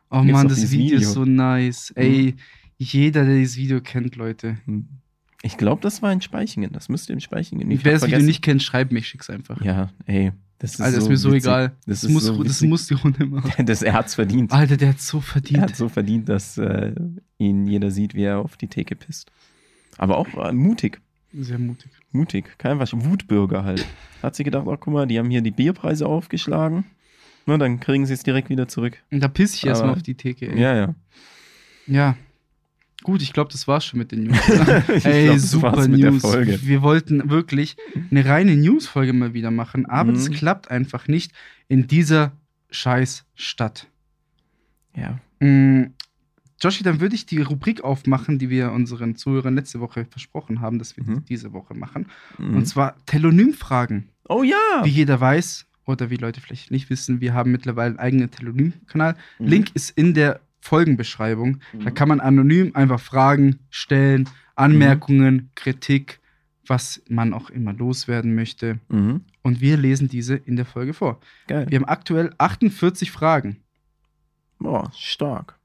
[SPEAKER 1] Oh
[SPEAKER 2] Gibt's
[SPEAKER 1] Mann,
[SPEAKER 2] auch
[SPEAKER 1] das
[SPEAKER 2] dieses
[SPEAKER 1] Video ist
[SPEAKER 2] Video.
[SPEAKER 1] so nice. Ey, jeder, der dieses Video kennt, Leute,
[SPEAKER 2] hm. Ich glaube, das war in Speichingen. Das müsste in Speichingen. Ich
[SPEAKER 1] Wer das
[SPEAKER 2] hab
[SPEAKER 1] Video
[SPEAKER 2] vergessen.
[SPEAKER 1] nicht kennt, schreib mich, schick's einfach.
[SPEAKER 2] Ja, ey. Das ist,
[SPEAKER 1] Alter,
[SPEAKER 2] so
[SPEAKER 1] ist mir so
[SPEAKER 2] witzig.
[SPEAKER 1] egal. Ah,
[SPEAKER 2] Das
[SPEAKER 1] Das,
[SPEAKER 2] ist
[SPEAKER 1] muss,
[SPEAKER 2] so
[SPEAKER 1] das
[SPEAKER 2] witzig.
[SPEAKER 1] muss die Runde machen.
[SPEAKER 2] <laughs> Das, er hat's verdient.
[SPEAKER 1] Alter, der hat so
[SPEAKER 2] Er hat
[SPEAKER 1] verdient.
[SPEAKER 2] so verdient, dass äh, ihn jeder sieht, wie er auf die Theke pisst. Aber auch äh, mutig.
[SPEAKER 1] Sehr mutig.
[SPEAKER 2] Mutig. Kein Wasch. Wutbürger halt. Hat sie gedacht, ach guck mal, die haben hier die Bierpreise aufgeschlagen. Na, dann kriegen sie es direkt wieder zurück.
[SPEAKER 1] Und da pisse ich erstmal
[SPEAKER 2] Aber-
[SPEAKER 1] auf die Theke, ey.
[SPEAKER 2] Ja, ja.
[SPEAKER 1] Ja. Gut, ich glaube, das war's schon mit den News.
[SPEAKER 2] <laughs> <laughs>
[SPEAKER 1] <laughs>
[SPEAKER 2] Ich
[SPEAKER 1] Ey,
[SPEAKER 2] glaub, das
[SPEAKER 1] super
[SPEAKER 2] war's
[SPEAKER 1] News.
[SPEAKER 2] mit der Folge.
[SPEAKER 1] Wir wollten wirklich eine reine News-Folge mal wieder machen, aber
[SPEAKER 2] Mhm.
[SPEAKER 1] das klappt einfach nicht in dieser scheiß Stadt.
[SPEAKER 2] Ja.
[SPEAKER 1] Mm, Joshi, dann würde ich die Rubrik aufmachen, die wir unseren Zuhörern letzte Woche versprochen haben, dass wir
[SPEAKER 2] Mhm.
[SPEAKER 1] die diese Woche machen.
[SPEAKER 2] Mhm.
[SPEAKER 1] Und zwar Telonym-Fragen.
[SPEAKER 2] oh ja!
[SPEAKER 1] Wie jeder weiß oder wie Leute vielleicht nicht wissen, wir haben mittlerweile einen eigenen Telonym-Kanal.
[SPEAKER 2] Mhm.
[SPEAKER 1] Link ist in der Folgenbeschreibung.
[SPEAKER 2] Mhm.
[SPEAKER 1] Da kann man anonym einfach Fragen stellen, Anmerkungen,
[SPEAKER 2] Mhm.
[SPEAKER 1] Kritik, was man auch immer loswerden möchte.
[SPEAKER 2] Mhm.
[SPEAKER 1] Und wir lesen diese in der Folge vor.
[SPEAKER 2] Geil.
[SPEAKER 1] Wir haben aktuell 48 Fragen
[SPEAKER 2] Boah, Oh, stark.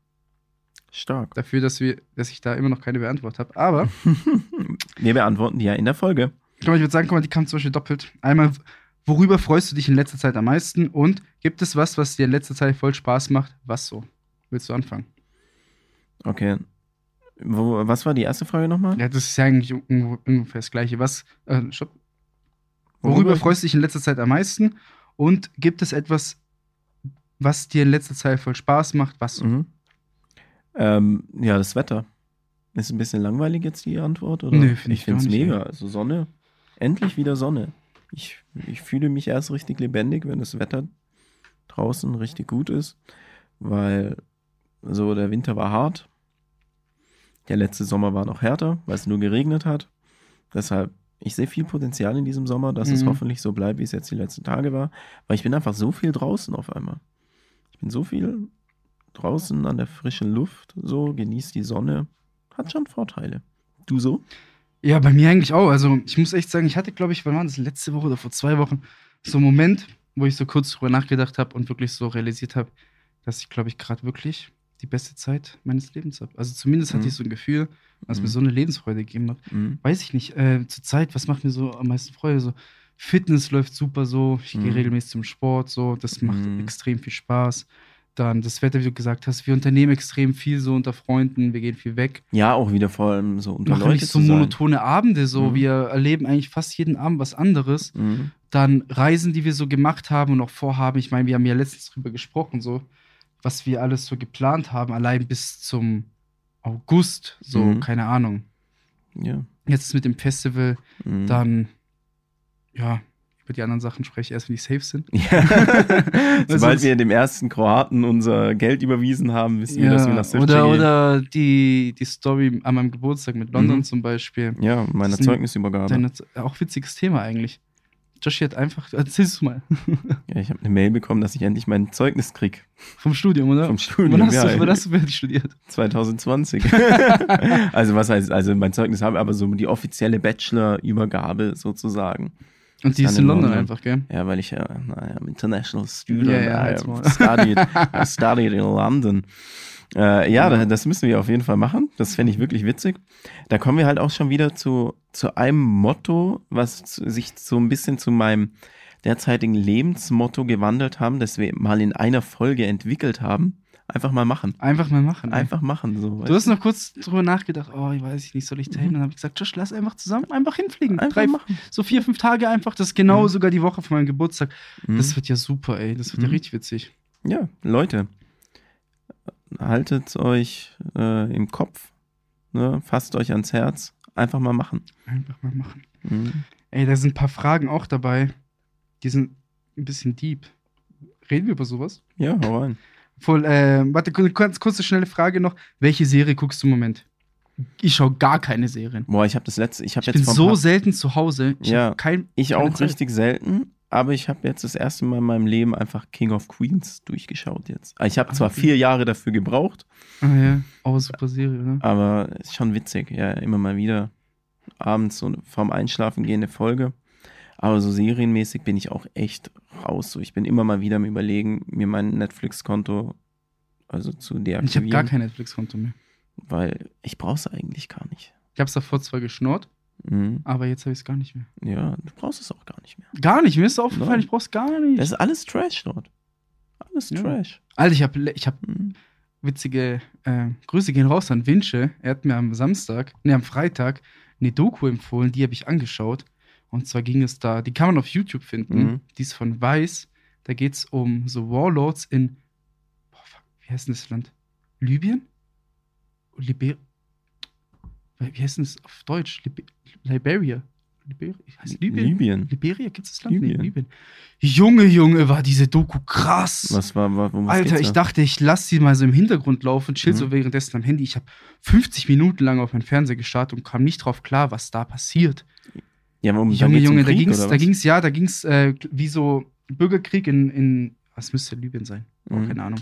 [SPEAKER 2] <laughs> Stark.
[SPEAKER 1] dafür, dass, wir, dass ich da immer noch keine beantwortet habe. Aber
[SPEAKER 2] Wir beantworten die ja in der Folge.
[SPEAKER 1] guck mal, ich würde sagen, guck mal, die kamen zum Beispiel doppelt. Einmal, worüber freust du dich in letzter Zeit am meisten? Und gibt es was, was dir in letzter Zeit voll Spaß macht? Was so? Willst du anfangen?
[SPEAKER 2] Okay. Wo, was war die erste Frage nochmal?
[SPEAKER 1] Ja, das ist ja eigentlich un- ungefähr das Gleiche. Was, äh, stopp. Worüber freust du dich in letzter Zeit am meisten? Und gibt es etwas, was dir in letzter Zeit voll Spaß macht? Was?
[SPEAKER 2] Mhm. Ähm, ja, das Wetter. Ist ein bisschen langweilig jetzt die Antwort, oder?
[SPEAKER 1] Nö, find ich
[SPEAKER 2] find's
[SPEAKER 1] gar nicht,
[SPEAKER 2] mega. Also Sonne. Endlich wieder Sonne. Ich, ich fühle mich erst richtig lebendig, wenn das Wetter draußen richtig gut ist, weil so der Winter war hart. Der letzte Sommer war noch härter, weil es nur geregnet hat. Deshalb, ich sehe viel Potenzial in diesem Sommer, dass es
[SPEAKER 1] Mhm.
[SPEAKER 2] hoffentlich so bleibt, wie es jetzt die letzten Tage war. Weil ich bin einfach so viel draußen auf einmal. Ich bin so viel draußen an der frischen Luft, so genieß die Sonne. Hat schon Vorteile. Du so?
[SPEAKER 1] Ja, bei mir eigentlich auch. Also, ich muss echt sagen, ich hatte, glaube ich, wann war das letzte Woche oder vor zwei Wochen, so einen Moment, wo ich so kurz drüber nachgedacht habe und wirklich so realisiert habe, dass ich, glaube ich, gerade wirklich die beste Zeit meines Lebens habe. Also, zumindest
[SPEAKER 2] Mhm.
[SPEAKER 1] hatte ich so ein Gefühl, dass
[SPEAKER 2] Mhm.
[SPEAKER 1] mir so eine Lebensfreude gegeben hat.
[SPEAKER 2] Mhm.
[SPEAKER 1] Weiß ich nicht. Äh, zur Zeit, was macht mir so am meisten Freude? So, Fitness läuft super so. Ich
[SPEAKER 2] Mhm.
[SPEAKER 1] gehe regelmäßig zum Sport. So, das macht
[SPEAKER 2] Mhm.
[SPEAKER 1] extrem viel Spaß. Dann das Wetter, wie du gesagt hast. Wir unternehmen extrem viel so unter Freunden. Wir gehen viel weg.
[SPEAKER 2] Ja, auch wieder vor allem so unter
[SPEAKER 1] Machen
[SPEAKER 2] um Leute
[SPEAKER 1] nicht so
[SPEAKER 2] zu sein.
[SPEAKER 1] monotone Abende so.
[SPEAKER 2] Mhm.
[SPEAKER 1] Wir erleben eigentlich fast jeden Abend was anderes.
[SPEAKER 2] Mhm.
[SPEAKER 1] Dann Reisen, die wir so gemacht haben und auch vorhaben. Ich meine, wir haben ja letztens drüber gesprochen, so, was wir alles so geplant haben, allein bis zum August. So,
[SPEAKER 2] Mhm.
[SPEAKER 1] keine Ahnung.
[SPEAKER 2] Ja.
[SPEAKER 1] Jetzt mit dem Festival.
[SPEAKER 2] Mhm.
[SPEAKER 1] Dann, ja, über die anderen Sachen spreche ich erst, wenn die safe sind. <laughs>
[SPEAKER 2] Ja. Sobald
[SPEAKER 1] sonst-
[SPEAKER 2] wir dem ersten Kroaten unser Geld überwiesen haben, wissen wir, dass wir nach Sirte
[SPEAKER 1] oder
[SPEAKER 2] gehen.
[SPEAKER 1] oder die, die Story an meinem Geburtstag mit London
[SPEAKER 2] Mhm.
[SPEAKER 1] zum Beispiel.
[SPEAKER 2] Ja, meine
[SPEAKER 1] Das ist ein-
[SPEAKER 2] Zeugnisübergabe.
[SPEAKER 1] Deine, auch witziges Thema eigentlich. Joshi hat einfach, erzählst du mal,
[SPEAKER 2] ja, ich habe eine Mail bekommen, dass ich endlich mein Zeugnis krieg
[SPEAKER 1] vom Studium, oder?
[SPEAKER 2] vom Studium.
[SPEAKER 1] Wann hast,
[SPEAKER 2] ja,
[SPEAKER 1] du, wann hast du fertig studiert? <laughs>
[SPEAKER 2] 2020. also was heißt, also mein Zeugnis habe, aber so die offizielle Bachelor-Übergabe sozusagen.
[SPEAKER 1] Und die
[SPEAKER 2] Dann
[SPEAKER 1] ist in
[SPEAKER 2] in
[SPEAKER 1] London,
[SPEAKER 2] London.
[SPEAKER 1] einfach, gell?
[SPEAKER 2] Ja, weil ich ja, naja, I'm international student,
[SPEAKER 1] Ja, ja,
[SPEAKER 2] I
[SPEAKER 1] halt's Maul.
[SPEAKER 2] <laughs> studied,
[SPEAKER 1] <laughs>
[SPEAKER 2] I studied in London. Äh, ja,
[SPEAKER 1] Genau.
[SPEAKER 2] da, das müssen wir auf jeden Fall machen. Das fände ich wirklich witzig. Da kommen wir halt auch schon wieder zu, zu einem Motto, was zu- sich so ein bisschen zu meinem derzeitigen Lebensmotto gewandelt haben, das wir mal in einer Folge entwickelt haben. Einfach mal machen.
[SPEAKER 1] Einfach mal machen. ey.
[SPEAKER 2] Einfach machen. So, weißt
[SPEAKER 1] Du hast noch kurz drüber nachgedacht, oh, ich weiß nicht, soll ich da hin?
[SPEAKER 2] Mhm.
[SPEAKER 1] Dann habe ich gesagt, Josh, lass einfach zusammen einfach hinfliegen.
[SPEAKER 2] einfach
[SPEAKER 1] Drei,
[SPEAKER 2] machen.
[SPEAKER 1] so vier, fünf Tage einfach, das ist genau
[SPEAKER 2] Mhm.
[SPEAKER 1] sogar die Woche von meinem Geburtstag.
[SPEAKER 2] Mhm.
[SPEAKER 1] Das wird ja super, ey. Das wird ja
[SPEAKER 2] Mhm.
[SPEAKER 1] richtig witzig.
[SPEAKER 2] Ja, Leute, haltet euch äh, im Kopf, ne? fasst euch ans Herz, einfach mal machen.
[SPEAKER 1] Einfach mal machen.
[SPEAKER 2] Mhm.
[SPEAKER 1] Ey, da sind ein paar Fragen auch dabei. Die sind ein bisschen deep. Reden wir über sowas?
[SPEAKER 2] Ja, hau rein.
[SPEAKER 1] Voll, äh, warte, kur- ganz kurze, schnelle Frage noch. Welche Serie guckst du im Moment? Ich schaue gar keine Serien.
[SPEAKER 2] Boah, ich habe das letzte, ich habe
[SPEAKER 1] Ich
[SPEAKER 2] jetzt
[SPEAKER 1] bin
[SPEAKER 2] vor ein
[SPEAKER 1] so
[SPEAKER 2] paar-
[SPEAKER 1] selten zu Hause. Ich
[SPEAKER 2] Ja.
[SPEAKER 1] hab kein,
[SPEAKER 2] ich
[SPEAKER 1] keine
[SPEAKER 2] auch
[SPEAKER 1] Zeit.
[SPEAKER 2] richtig selten, aber ich habe jetzt das erste Mal in meinem Leben einfach King of Queens durchgeschaut jetzt. Ich habe
[SPEAKER 1] Ah,
[SPEAKER 2] zwar
[SPEAKER 1] okay.
[SPEAKER 2] vier Jahre dafür gebraucht,
[SPEAKER 1] Ah ja, aber super Serie, ne?
[SPEAKER 2] aber ist schon witzig, ja, immer mal wieder abends so vorm Einschlafen gehende Folge. Aber so serienmäßig bin ich auch echt raus. So, ich bin immer mal wieder am überlegen, mir mein Netflix-Konto also zu
[SPEAKER 1] Ich habe
[SPEAKER 2] deaktivieren,
[SPEAKER 1] gar kein Netflix-Konto mehr.
[SPEAKER 2] weil ich brauche es eigentlich gar nicht.
[SPEAKER 1] Ich habe es davor zwar geschnurrt,
[SPEAKER 2] Mhm.
[SPEAKER 1] aber jetzt habe ich es gar nicht mehr.
[SPEAKER 2] Ja, du brauchst es auch gar nicht mehr.
[SPEAKER 1] Gar nicht, mir ist aufgefallen,
[SPEAKER 2] Nein.
[SPEAKER 1] ich brauch's gar nicht.
[SPEAKER 2] Das ist alles Trash dort. Alles
[SPEAKER 1] Ja.
[SPEAKER 2] Trash.
[SPEAKER 1] Alter, ich habe ich hab
[SPEAKER 2] Mhm.
[SPEAKER 1] witzige äh, Grüße gehen raus an Winsche. Er hat mir am Samstag, ne, am Freitag eine Doku empfohlen, die habe ich angeschaut. Und zwar ging es da, die kann man auf YouTube finden,
[SPEAKER 2] Mhm.
[SPEAKER 1] die ist von Weiß. Da geht es um so Warlords in, boah, fuck, wie heißt denn das Land? Libyen? Liber wie heißt denn das auf Deutsch? Liber Liberia. Liberia? Heißt Libyen?
[SPEAKER 2] Libyen.
[SPEAKER 1] Liberia gibt es das Land?
[SPEAKER 2] Libyen.
[SPEAKER 1] Nee, Libyen. Junge, Junge, war diese Doku krass.
[SPEAKER 2] Was war, war worum Um was
[SPEAKER 1] Alter,
[SPEAKER 2] geht's
[SPEAKER 1] ich
[SPEAKER 2] da?
[SPEAKER 1] dachte, ich lasse sie mal so im Hintergrund laufen, chill so
[SPEAKER 2] Mhm.
[SPEAKER 1] währenddessen am Handy. Ich habe 50 Minuten lang auf meinen Fernseher gestarrt und kam nicht drauf klar, was da passiert.
[SPEAKER 2] Ja, worum
[SPEAKER 1] Junge,
[SPEAKER 2] geht's um
[SPEAKER 1] Junge, da
[SPEAKER 2] Krieg,
[SPEAKER 1] ging's,
[SPEAKER 2] oder
[SPEAKER 1] da
[SPEAKER 2] was?
[SPEAKER 1] ging's, ja, da ging's äh, wie so Bürgerkrieg in, in, was müsste Libyen sein? Boah,
[SPEAKER 2] Mhm.
[SPEAKER 1] Keine Ahnung.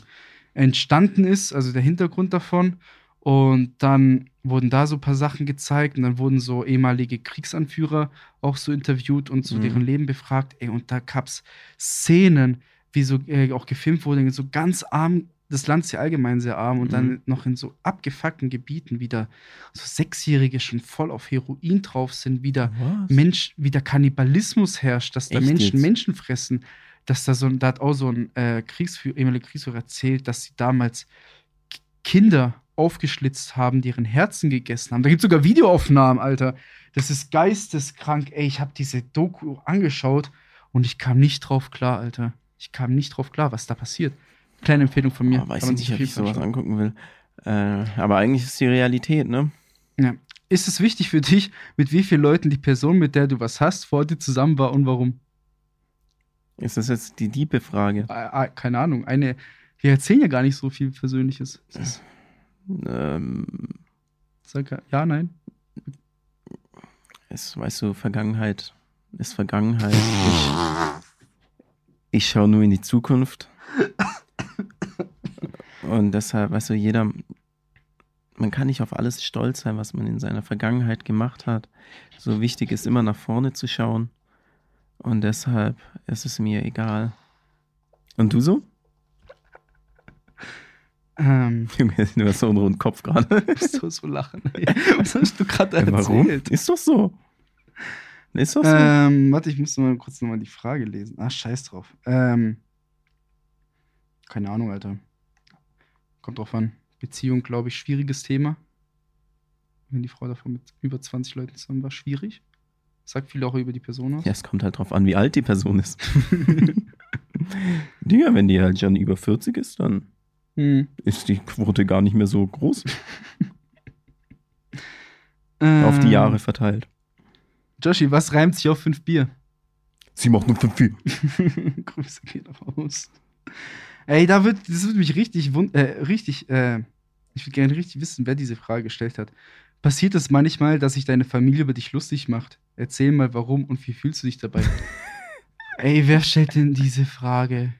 [SPEAKER 1] Entstanden ist, also der Hintergrund davon. Und dann wurden da so ein paar Sachen gezeigt und dann wurden so ehemalige Kriegsanführer auch so interviewt und so
[SPEAKER 2] Mhm.
[SPEAKER 1] deren Leben befragt. Ey, und da gab's Szenen, wie so äh, auch gefilmt wurde, so ganz arm, das Land ist ja allgemein sehr arm und
[SPEAKER 2] Mhm.
[SPEAKER 1] dann noch in so abgefuckten Gebieten wieder so Sechsjährige schon voll auf Heroin drauf sind, wieder
[SPEAKER 2] Was?
[SPEAKER 1] Mensch, wie der Kannibalismus herrscht, dass da
[SPEAKER 2] Echt
[SPEAKER 1] Menschen
[SPEAKER 2] jetzt?
[SPEAKER 1] Menschen fressen, dass da so ein, da hat auch so ein äh, Kriegsführer, ehemaliger Kriegsführer erzählt, dass sie damals K- Kinder aufgeschlitzt haben, deren Herzen gegessen haben. Da gibt es sogar Videoaufnahmen, Alter. Das ist geisteskrank. Ey, ich habe diese Doku angeschaut und ich kam nicht drauf klar, Alter. Ich kam nicht drauf klar, was da passiert. Kleine Empfehlung von mir.
[SPEAKER 2] Ah, weiß
[SPEAKER 1] Kann man
[SPEAKER 2] ich nicht,
[SPEAKER 1] sich
[SPEAKER 2] ob
[SPEAKER 1] auf
[SPEAKER 2] ich
[SPEAKER 1] jeden Fall
[SPEAKER 2] sowas
[SPEAKER 1] anschauen.
[SPEAKER 2] angucken will. Äh, aber eigentlich ist die Realität, ne?
[SPEAKER 1] Ist es wichtig für dich, mit wie vielen Leuten die Person, mit der du was hast, vor dir zusammen war und warum?
[SPEAKER 2] Ist das jetzt die diepe Frage?
[SPEAKER 1] Ah, ah, keine Ahnung, eine. Wir erzählen ja gar nicht so viel Persönliches. Das ist-
[SPEAKER 2] Ähm,
[SPEAKER 1] Sag ja- ja, nein.
[SPEAKER 2] ist, weißt du, Vergangenheit ist Vergangenheit. Ich, ich schaue nur in die Zukunft. Und deshalb, weißt du, jeder, man kann nicht auf alles stolz sein, was man in seiner Vergangenheit gemacht hat. So wichtig ist immer nach vorne zu schauen. Und deshalb ist es mir egal. Und du so?
[SPEAKER 1] Ähm,
[SPEAKER 2] <laughs> Junge, du hast so einen runden Kopf gerade.
[SPEAKER 1] musst <laughs> du so lachen? ey. Was hast du gerade
[SPEAKER 2] Ja,
[SPEAKER 1] <laughs>
[SPEAKER 2] Warum?
[SPEAKER 1] erzählt?
[SPEAKER 2] Ist doch so. Ist doch so.
[SPEAKER 1] Ähm, warte, ich muss mal kurz nochmal die Frage lesen. Ah, scheiß drauf. Ähm, keine Ahnung, Alter. Kommt drauf an. Beziehung, glaube ich, schwieriges Thema. Wenn die Frau davon mit über 20 Leuten zusammen war, schwierig. Sagt viel auch über die Person aus.
[SPEAKER 2] Ja, es kommt halt drauf an, wie alt die Person ist. <laughs> Digga, wenn die halt schon über 40 ist, dann
[SPEAKER 1] Hm.
[SPEAKER 2] ist die Quote gar nicht mehr so groß auf die
[SPEAKER 1] Ähm,
[SPEAKER 2] Jahre verteilt.
[SPEAKER 1] Joshi, was reimt sich auf fünf Bier?
[SPEAKER 2] Sie macht nur 5 viel.
[SPEAKER 1] <laughs> Grüße gehen raus. Ey, da wird, das wird mich richtig, wund äh, richtig, äh, ich würde gerne richtig wissen, wer diese Frage gestellt hat. Passiert es manchmal, dass sich deine Familie über dich lustig macht? Erzähl mal, warum und wie fühlst du dich dabei? Ey, wer stellt denn diese Frage?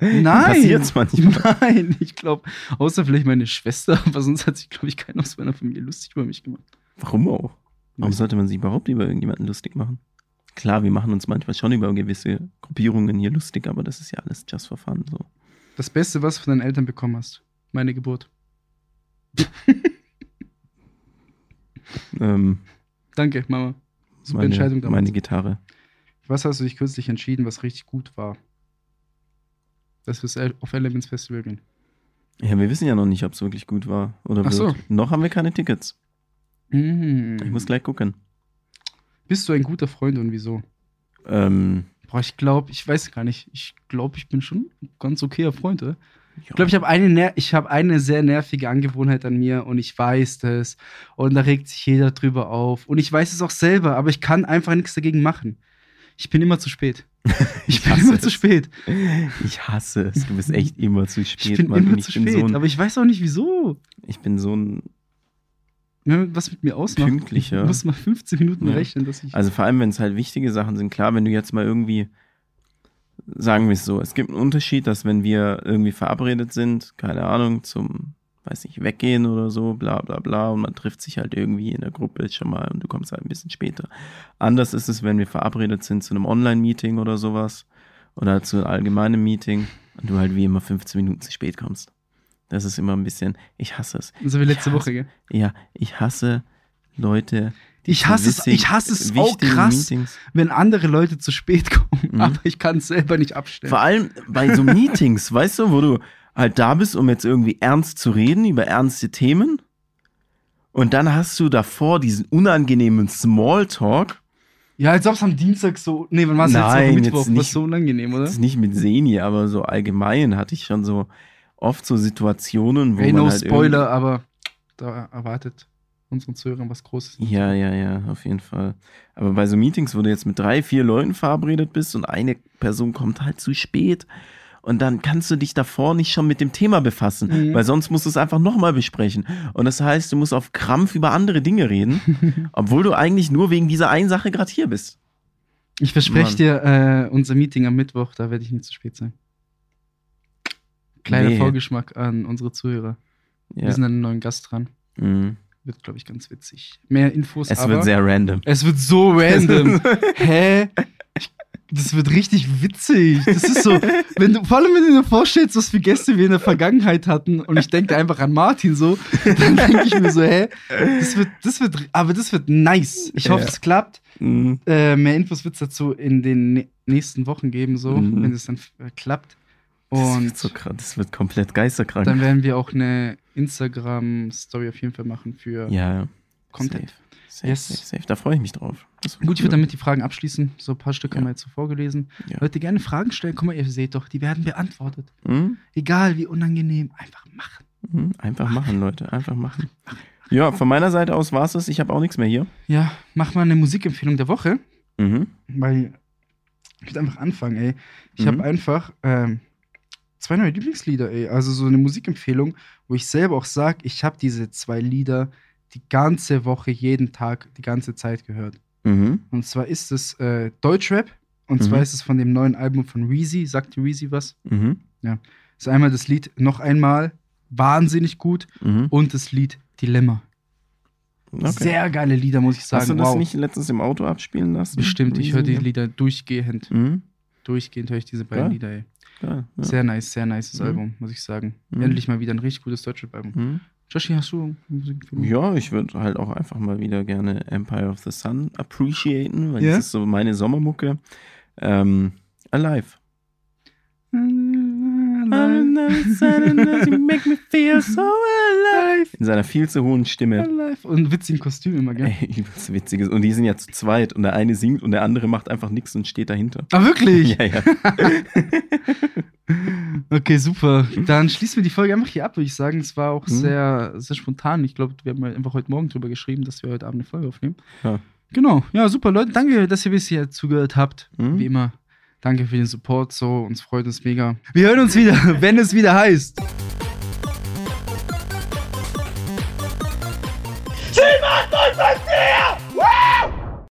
[SPEAKER 1] Nein!
[SPEAKER 2] Passiert's manchmal.
[SPEAKER 1] <laughs> Nein, ich glaube, außer vielleicht meine Schwester, aber sonst hat sich, glaube ich, keiner aus meiner Familie lustig über mich gemacht.
[SPEAKER 2] Warum auch? Warum sollte man sich überhaupt über irgendjemanden lustig machen? Klar, wir machen uns manchmal schon über gewisse Gruppierungen hier lustig, aber das ist ja alles just for fun. So.
[SPEAKER 1] Das Beste, was du von deinen Eltern bekommen hast. Meine Geburt.
[SPEAKER 2] Ähm,
[SPEAKER 1] Danke, Mama. Super
[SPEAKER 2] meine,
[SPEAKER 1] Entscheidung damals.
[SPEAKER 2] meine Gitarre.
[SPEAKER 1] Was hast du dich kürzlich entschieden, was richtig gut war? Dass wir es auf Elements Festival gehen.
[SPEAKER 2] Ja, wir wissen ja noch nicht, ob es wirklich gut war oder
[SPEAKER 1] Ach so.
[SPEAKER 2] wird. Noch haben wir keine Tickets. Ich
[SPEAKER 1] Mhm.
[SPEAKER 2] muss gleich gucken.
[SPEAKER 1] Hm. Bist du ein guter Freund und wieso?
[SPEAKER 2] Ähm, <laughs>
[SPEAKER 1] Boah, ich glaube, ich weiß gar nicht. Ich glaube, ich bin schon ein ganz okayer Freund. Oder?
[SPEAKER 2] ja.
[SPEAKER 1] Ich glaube, ich habe eine, ner- ich hab eine sehr nervige Angewohnheit an mir und ich weiß das. Und da regt sich jeder drüber auf. Und ich weiß es auch selber, aber ich kann einfach nichts dagegen machen. Ich bin immer zu
[SPEAKER 2] <laughs>
[SPEAKER 1] spät. Ich,
[SPEAKER 2] Ich
[SPEAKER 1] bin
[SPEAKER 2] hasse
[SPEAKER 1] immer zu
[SPEAKER 2] es.
[SPEAKER 1] spät.
[SPEAKER 2] Ich hasse es. Du bist echt immer zu spät,
[SPEAKER 1] Ich bin
[SPEAKER 2] Mann.
[SPEAKER 1] immer
[SPEAKER 2] ich,
[SPEAKER 1] zu
[SPEAKER 2] bin
[SPEAKER 1] spät.
[SPEAKER 2] So ein,
[SPEAKER 1] aber ich weiß auch nicht, wieso.
[SPEAKER 2] ich bin so ein.
[SPEAKER 1] Wenn man was mit mir ausmacht,
[SPEAKER 2] Pünktlicher.
[SPEAKER 1] ich muss mal 15 Minuten
[SPEAKER 2] Ja.
[SPEAKER 1] rechnen, dass ich.
[SPEAKER 2] Also vor allem, wenn es halt wichtige Sachen sind. Klar, wenn du jetzt mal irgendwie. Sagen wir es so: Es gibt einen Unterschied, dass wenn wir irgendwie verabredet sind, keine Ahnung, zum, weiß nicht, weggehen oder so, bla bla bla, und man trifft sich halt irgendwie in der Gruppe schon mal und du kommst halt ein bisschen später. Anders ist es, wenn wir verabredet sind zu einem Online-Meeting oder sowas oder zu einem allgemeinen Meeting und du halt wie immer 15 Minuten zu spät kommst. Das ist immer ein bisschen, ich hasse es.
[SPEAKER 1] So wie letzte
[SPEAKER 2] Ich
[SPEAKER 1] Woche, gell?
[SPEAKER 2] Ja, also ich hasse Leute. die
[SPEAKER 1] Ich hasse es,
[SPEAKER 2] witzig-
[SPEAKER 1] ich hasse es auch
[SPEAKER 2] wichtigen
[SPEAKER 1] krass,
[SPEAKER 2] Meetings.
[SPEAKER 1] wenn andere Leute zu spät <laughs> kommen,
[SPEAKER 2] Mhm.
[SPEAKER 1] aber ich kann es selber nicht abstellen.
[SPEAKER 2] Vor allem bei
[SPEAKER 1] <laughs>
[SPEAKER 2] so Meetings, weißt du, wo du halt da bist, um jetzt irgendwie ernst zu reden über ernste Themen. Und dann hast du davor diesen unangenemen Smalltalk.
[SPEAKER 1] Ja, als ob es am Dienstag so. Nee, wann war es jetzt
[SPEAKER 2] Nein,
[SPEAKER 1] Woche
[SPEAKER 2] jetzt
[SPEAKER 1] Mittwoch?
[SPEAKER 2] nicht.
[SPEAKER 1] Was so unangenehm, oder?
[SPEAKER 2] Das ist nicht mit Seni, aber so allgemein hatte ich schon so oft so Situationen, wo
[SPEAKER 1] Ey,
[SPEAKER 2] man
[SPEAKER 1] no
[SPEAKER 2] halt
[SPEAKER 1] Spoiler, aber da erwartet unseren Zuhörern was Großes.
[SPEAKER 2] irgendwie- Ja, ja, ja, auf jeden Fall. Aber bei so Meetings, wo du jetzt mit drei, vier Leuten verabredet bist und eine Person kommt halt zu spät und dann kannst du dich davor nicht schon mit dem Thema befassen,
[SPEAKER 1] Mhm.
[SPEAKER 2] weil sonst musst du es einfach nochmal besprechen. Und das heißt, du musst auf Krampf über andere Dinge
[SPEAKER 1] <laughs>
[SPEAKER 2] reden, obwohl du eigentlich nur wegen dieser einen Sache gerade hier bist.
[SPEAKER 1] Ich verspreche
[SPEAKER 2] Mann.
[SPEAKER 1] dir, äh, unser Meeting am Mittwoch, da werde ich nicht zu spät sein. Kleiner
[SPEAKER 2] Nee.
[SPEAKER 1] Vorgeschmack an unsere Zuhörer.
[SPEAKER 2] Ja.
[SPEAKER 1] Wir sind an einen neuen Gast dran.
[SPEAKER 2] Mhm.
[SPEAKER 1] Wird, glaube ich, ganz witzig. Mehr Infos
[SPEAKER 2] Es
[SPEAKER 1] aber.
[SPEAKER 2] wird sehr random.
[SPEAKER 1] es wird so
[SPEAKER 2] <laughs>
[SPEAKER 1] random. Hä? Das wird richtig witzig. Das ist so, wenn du, vor allem wenn du dir vorstellst, was für Gäste wir in der Vergangenheit hatten und ich denke einfach an Martin so, <laughs> dann denke ich mir so, hä? Das wird, das wird, aber das wird nice. Ich hoffe,
[SPEAKER 2] Ja.
[SPEAKER 1] es klappt.
[SPEAKER 2] Mhm.
[SPEAKER 1] Äh, mehr Infos wird es dazu in den nä- nächsten Wochen geben, so,
[SPEAKER 2] Mhm.
[SPEAKER 1] wenn es dann äh, klappt.
[SPEAKER 2] Das
[SPEAKER 1] Und
[SPEAKER 2] wird, so krass, das wird komplett geisterkrank.
[SPEAKER 1] dann werden wir auch eine Instagram-Story auf jeden Fall machen für
[SPEAKER 2] ja,
[SPEAKER 1] Content.
[SPEAKER 2] Safe,
[SPEAKER 1] Yes.
[SPEAKER 2] safe, safe. Da freue ich mich drauf. Das wird
[SPEAKER 1] Gut, ich
[SPEAKER 2] cool.
[SPEAKER 1] würde damit die Fragen abschließen. So ein paar Stück haben
[SPEAKER 2] Ja.
[SPEAKER 1] wir jetzt so vorgelesen.
[SPEAKER 2] Ja.
[SPEAKER 1] Leute, gerne Fragen stellen. Guck mal, ihr seht doch, die werden beantwortet.
[SPEAKER 2] Mhm.
[SPEAKER 1] Egal wie unangenehm, einfach machen.
[SPEAKER 2] Mhm. Einfach machen, Leute. Einfach machen. Ja, von meiner Seite aus war es das. Ich habe auch nichts mehr hier.
[SPEAKER 1] Ja, mach mal eine Musikempfehlung der Woche,
[SPEAKER 2] Mhm.
[SPEAKER 1] weil ich würde einfach anfangen, ey. Ich
[SPEAKER 2] Mhm.
[SPEAKER 1] habe einfach ähm, zwei neue Lieblingslieder, ey. Also so eine Musikempfehlung, wo ich selber auch sage, ich habe diese zwei Lieder die ganze Woche, jeden Tag, die ganze Zeit gehört.
[SPEAKER 2] Mhm.
[SPEAKER 1] Und zwar ist es äh, Deutschrap und
[SPEAKER 2] Mhm.
[SPEAKER 1] zwar ist es von dem neuen Album von Reezy. Sagt dir Reezy was?
[SPEAKER 2] Mhm.
[SPEAKER 1] ist einmal das Lied noch einmal wahnsinnig gut
[SPEAKER 2] Mhm.
[SPEAKER 1] und das Lied Dilemma.
[SPEAKER 2] Okay.
[SPEAKER 1] Sehr geile Lieder, muss ich sagen.
[SPEAKER 2] Hast du das
[SPEAKER 1] wow.
[SPEAKER 2] nicht letztens im Auto abspielen lassen?
[SPEAKER 1] Bestimmt, ich höre die
[SPEAKER 2] Ja.
[SPEAKER 1] Lieder durchgehend.
[SPEAKER 2] Mhm.
[SPEAKER 1] Durchgehend höre ich diese beiden
[SPEAKER 2] Ja.
[SPEAKER 1] Lieder, ey.
[SPEAKER 2] Geil, Ja.
[SPEAKER 1] Sehr nice, sehr nices
[SPEAKER 2] Mhm.
[SPEAKER 1] Album, muss ich sagen.
[SPEAKER 2] Mhm.
[SPEAKER 1] Endlich mal wieder ein richtig gutes deutsches Album.
[SPEAKER 2] Mhm.
[SPEAKER 1] Joshi, hast du Musik für mich?
[SPEAKER 2] Ja, ich würde halt auch einfach mal wieder gerne Empire of the Sun appreciaten, weil
[SPEAKER 1] Ja.
[SPEAKER 2] das ist so meine Sommermucke. Ähm, alive.
[SPEAKER 1] Alive, <laughs> alive,
[SPEAKER 2] In seiner viel zu hohen Stimme.
[SPEAKER 1] alive. Und witzigen Kostüm immer, gell?
[SPEAKER 2] <laughs> Ey, übelst witziges. Und die sind ja zu zweit und der eine singt und der andere macht einfach nichts und steht dahinter.
[SPEAKER 1] Ah, wirklich?
[SPEAKER 2] <laughs> Ja, ja.
[SPEAKER 1] Okay, super. Dann schließen wir die Folge einfach hier ab, würde ich sagen. Es war auch
[SPEAKER 2] Mhm.
[SPEAKER 1] sehr, sehr spontan. Ich glaube, wir haben einfach heute Morgen drüber geschrieben, dass wir heute Abend eine Folge aufnehmen.
[SPEAKER 2] Ja.
[SPEAKER 1] Genau. Ja, super, Leute. Danke, dass ihr bis hier zugehört habt.
[SPEAKER 2] Mhm.
[SPEAKER 1] Wie immer. Danke für den Support. So, uns freut uns mega. Wir hören uns wieder, <laughs> wenn es wieder heißt.
[SPEAKER 3] Simon